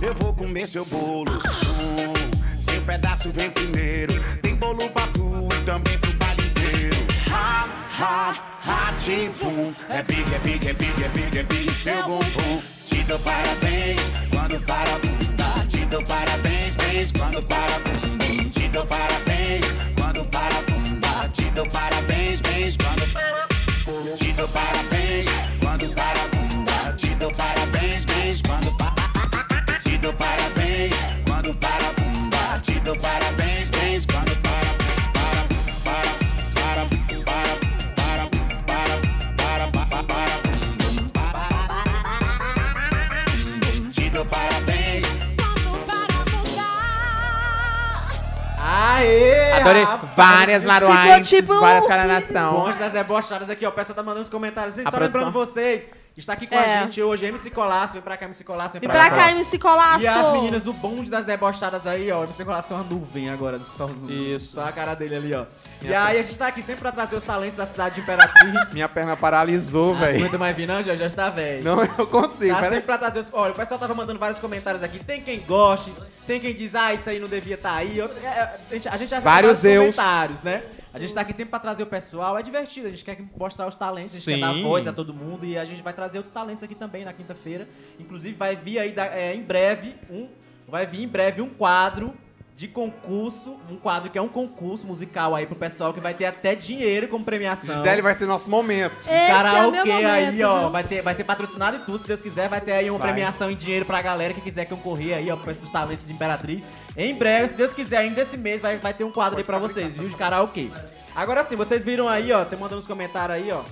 L: eu vou comer seu bolo. Hum, seu pedaço vem primeiro. Tem bolo pra tu e também pro baile inteiro. Ha, ha, ha, tipo. É big, é big, é big, é big, é big, seu bumbum. Te dou parabéns quando para a bunda. Te dou parabéns, bens, quando para a bunda. Te dou parabéns quando para a bunda. Te dou parabéns, bens, quando para Te dou parabéns quando para a bunda. Te dou parabéns, bens, quando para Te dou parabéns quando para a bunda. Te dou parabéns, bens, quando para para para para para para para para para para te dou parabéns.
C: Aê!
D: Adorei.
C: rapaz.
D: Várias laruais, Ah, Ficou tipo um- várias caranação.
C: Bonde das debochadas aqui, ó. O pessoal tá mandando os comentários. Gente,
D: A
C: só
D: produção.
C: lembrando vocês. que Está aqui com
B: É.
C: a gente hoje, MC Colasso. Vem pra cá, MC Colasso. Vem
B: Vem pra cá, MC Colasso.
C: E as meninas do bonde das debochadas aí, ó. MC Colasso é uma nuvem agora. Só, Isso. Só a cara dele ali, ó. e
D: Minha
C: aí,
D: perna.
C: a gente tá aqui sempre pra trazer os talentos da cidade de Imperatriz.
D: <laughs> Minha perna paralisou,
C: Não
D: velho.
C: aguenta mais vir, não, já, já está velho.
D: Não, eu consigo,
C: Tá
D: peraí.
C: sempre pra trazer os... Olha, o pessoal tava mandando vários comentários aqui. Tem quem goste, tem quem diz, ah, isso aí não devia estar aí. Eu- é, é, A gente, a gente acha que
D: Vários
C: tem
D: eus.
C: comentários, né? A gente tá aqui sempre pra trazer o pessoal. É divertido, a gente quer mostrar os talentos, a gente
D: Sim.
C: quer dar voz a todo mundo. E a gente vai trazer outros talentos aqui também na quinta-feira. Inclusive, vai vir aí da- é, em breve um. Vai vir em breve um quadro de concurso, um quadro que é um concurso musical aí pro pessoal que vai ter até dinheiro como premiação.
D: Gisele vai ser nosso momento.
B: é
C: Um karaokê aí, ó. Vai, ter, vai ser patrocinado e tudo, se Deus quiser. Vai ter aí uma
D: Vai.
C: premiação em dinheiro pra galera que quiser concorrer aí, ó, para os talentos de Imperatriz. Em breve, se Deus quiser, ainda esse mês vai, vai ter um quadro aí pra
D: tá
C: vocês, viu? De karaokê. Agora sim, vocês viram aí, ó, tem mandando nos comentários aí, ó.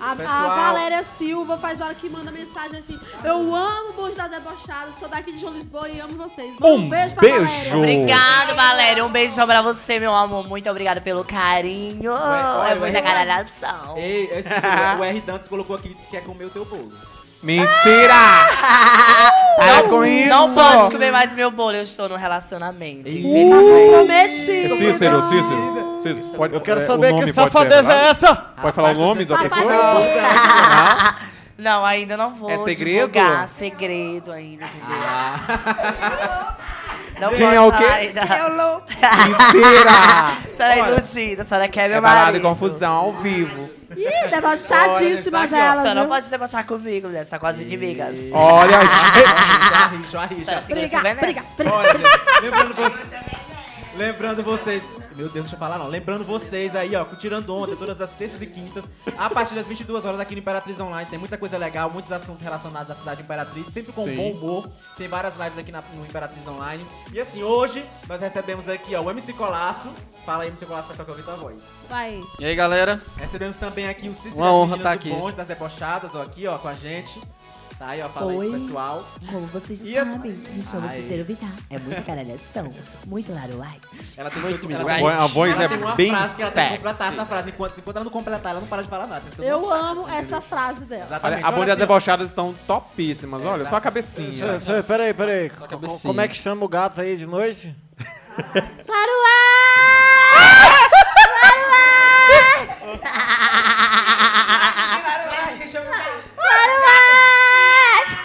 B: A, a
C: Pessoal.
B: Valéria Silva faz hora que manda mensagem aqui. Eu amo o bonde da debochada, sou daqui de João Lisboa e amo vocês. Manda
D: Um
B: beijo pra
D: beijo.
B: Valéria.
H: Obrigado, Valéria. Um beijão pra você, meu amor. Muito obrigada pelo carinho.
C: Olha,
H: é
C: o
H: muita
C: R-
H: caralhação.
D: um.
C: Ei, esse,
D: <laughs>
C: esse- o R. Dantes colocou aqui que quer comer o teu bolo.
D: Mentira! Ah! um Para É com isso!
H: Não pode comer mais meu bolo, eu estou num relacionamento.
B: Prometido.
D: Cícero, Cícero. Cícero, pode,
E: Eu quero
D: é, o
E: saber que
D: nome pode ser
E: safadeza é
D: revelado?
E: essa?
D: Pode falar o nome da pessoa?
C: é
H: Não, ainda não vou.
D: É segredo?
H: divulgar segredo ainda, entendeu? Não
D: Ah. Quem
H: pode
D: é o quê?
H: falar ainda.
D: Quem é
B: um
I: o louco?
H: <laughs>
D: Mentira!
H: Senhora é
D: Olha.
H: iludida, a senhora quer
D: É
H: meu
D: balada e
H: marido.
D: confusão ao vivo.
B: Ih, debochadíssimas elas,
H: tá Você não
B: viu?
H: pode debochar comigo, mulher. Você tá quase inimigas.
D: Olha,
C: A rixa, a rixa.
H: Briga, briga,
C: Olha, gente, lembrando, vocês, lembrando vocês, Meu Deus, deixa eu falar não. Lembrando vocês aí, ó, tirando onda, todas as terças e quintas, a partir das 22 horas aqui no Imperatriz Online. Tem muita coisa legal, muitos assuntos relacionados à cidade de Imperatriz, sempre com
D: Sim.
C: bom humor. Tem várias lives aqui na- no Imperatriz Online. E assim, hoje nós recebemos aqui, ó, o MC Colasso. Fala aí, MC Colasso, pessoal, que eu ouvi tua voz.
B: Vai.
J: E aí, galera?
C: Recebemos também aqui o Cícero
J: Uma
C: das
J: honra
C: Meninas
J: tá
C: do
J: aqui.
C: Bonde, das Debochadas, ó, aqui, ó, com a gente. Tá aí, ó, fala aí
H: Oi.
C: pro pessoal.
H: Como vocês
C: E as-
H: sabem, me chamo
C: Ai.
H: Cicero Vidal. É muito caralhação, muito laruate.
C: Ela tem muito
H: Muito
C: ela
H: bem.
C: tem-
H: A voz
C: ela
H: é
C: tem uma
H: bem
C: frase que ela tem que
H: sexy.
C: completar essa frase. Enquanto, enquanto ela não completar, ela não para de falar nada. Então,
B: Eu amo essa frase dela.
D: Olha, a
C: Olha
D: bunda das
C: assim, ó.
D: debochadas estão topíssimas. Olha, só a cabecinha.
E: Cê- cê- Peraí, peraí. Co-
D: cabecinha.
E: Como é que chama o gato aí de noite?
B: é.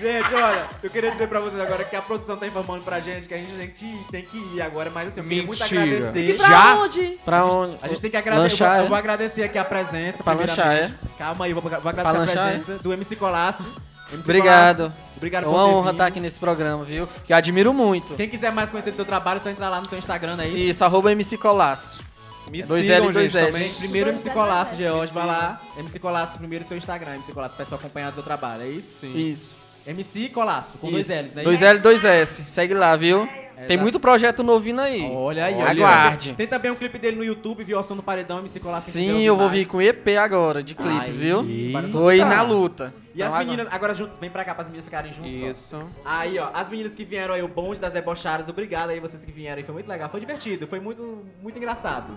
C: Gente, olha, eu queria dizer pra vocês agora que a produção tá informando pra gente que a gente, gente tem que ir agora, mas assim, eu queria muito
J: Mentira.
C: agradecer.
B: é.
J: E pra Já? onde? Pra
C: A gente-
J: onde?
C: A gente tem que agradecer. Eu,
J: Lanchar,
C: vou- eu
J: é?
C: vou agradecer aqui a presença.
J: Pra lanchar, é?
C: primeiramente. Calma aí, vou, vou agradecer a
J: lanchar, é?
C: presença do MC Colasso. MC
J: Obrigado.
C: Colasso, Obrigado
J: É
C: por
J: uma
C: ter
J: honra
C: vindo.
J: estar aqui nesse programa, viu? Que eu admiro muito.
C: Quem quiser mais conhecer do teu trabalho, é só entrar lá no teu Instagram, não é isso?
J: Isso, arroba MC Colasso.
D: Me
J: dois
D: sigam,
J: L e dois
D: gente,
J: S.
D: também.
C: Primeiro MC Colasso, George,
D: Me
C: vai lá. MC Colasso, primeiro do seu Instagram, MC Colasso, pra pessoal acompanhar do teu trabalho, é isso?
D: Sim.
J: Isso.
C: MC Colasso, com dois
J: Isso.
C: L's, né?
J: Dois L, dois S. Segue lá, viu? Tem muito projeto novo vindo aí.
C: Olha aí, olha.
J: Aguarde.
C: Tem também um clipe dele no YouTube, viu? Ao som do paredão, MC Colasso. se quiser
J: Sim,
C: ouvir
J: eu vou
C: mais.
J: vir com EP agora, de clipes, viu?
C: para
J: Tô aí
C: tudo.
J: na luta.
C: E as
J: Então,
C: meninas, agora junto, vem pra cá para as meninas ficarem juntas.
D: Isso.
C: Aí, ó, as meninas que vieram aí, o bonde das debochadas, obrigado aí vocês que vieram aí, foi muito legal, foi divertido, foi muito, muito engraçado.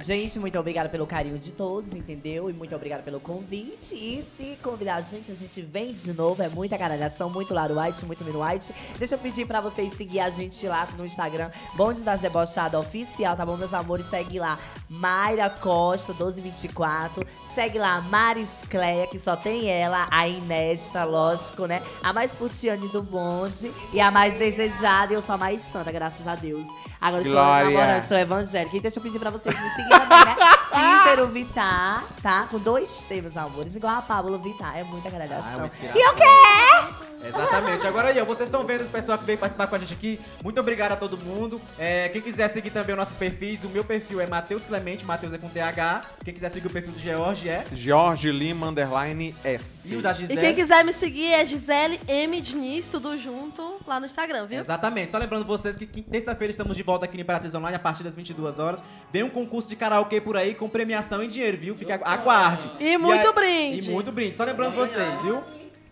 H: Gente, muito obrigada pelo carinho de todos, entendeu? E muito obrigada pelo convite. E se convidar a gente, a gente vem de novo. É muita caralhação, muito Laro White, muito Miro White. Deixa eu pedir pra vocês seguir a gente lá no Instagram, Bonde das Debochadas Oficial, tá bom, meus amores? Segue lá, Mayra Costa, 1224. Segue lá, Mariscleia, que só tem ela, a inédita, lógico, né? A mais putiane do bonde e a mais desejada. E eu sou a mais santa, graças a Deus. Agora eu sou
M: Glória.
H: namorando, sou evangélica. E deixa eu pedir pra vocês me seguirem também, né?
C: <laughs>
H: Cícero Vittar, tá? Com dois T, meus amores. Igual a Pablo Vittar. É muita
C: Ah, é uma
H: gradação.
C: inspiração.
H: e eu quero!
C: Exatamente. Agora aí, ó, vocês estão vendo o pessoal que veio participar com a gente aqui. Muito obrigado a todo mundo. É, quem quiser seguir também os nossos perfis, o meu perfil é Matheus Clemente, Matheus é com TH. Quem quiser seguir o perfil do George é.
D: Jorge Lima, underline S.
C: E o da Gisele?
B: E quem quiser me seguir é Gisele M. Diniz, tudo junto, lá no Instagram, viu?
C: Exatamente. Só lembrando vocês que quinta- terça-feira estamos de volta aqui no Imperatriz Online a partir das 22 horas. Vem um concurso de karaokê por aí com premiação em dinheiro, viu? Fica aguarde.
B: E muito
C: aí-
B: brinde.
C: E muito brinde. Só lembrando vocês, viu?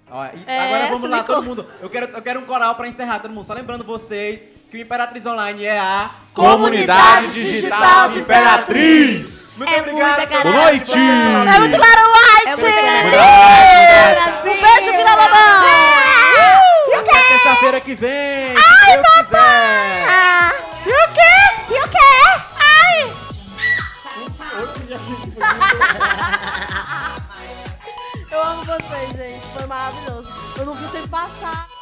C: Ó, e
B: É,
C: agora vamos lá,
B: Silicone.
C: todo mundo. Eu quero, eu quero um coral pra encerrar, todo mundo. Só lembrando vocês que o Imperatriz Online é a
D: Comunidade Digital de Imperatriz.
C: Muito obrigado.
D: Boa noite!
B: É muito claro, White!
C: White.
B: Um beijo, Vila Lobão!
C: Até terça-feira que vem, se Deus quiser.
B: E o quê? E o quê? Ai! Eu amo vocês, gente. Foi maravilhoso. Eu não vi o tempo passar.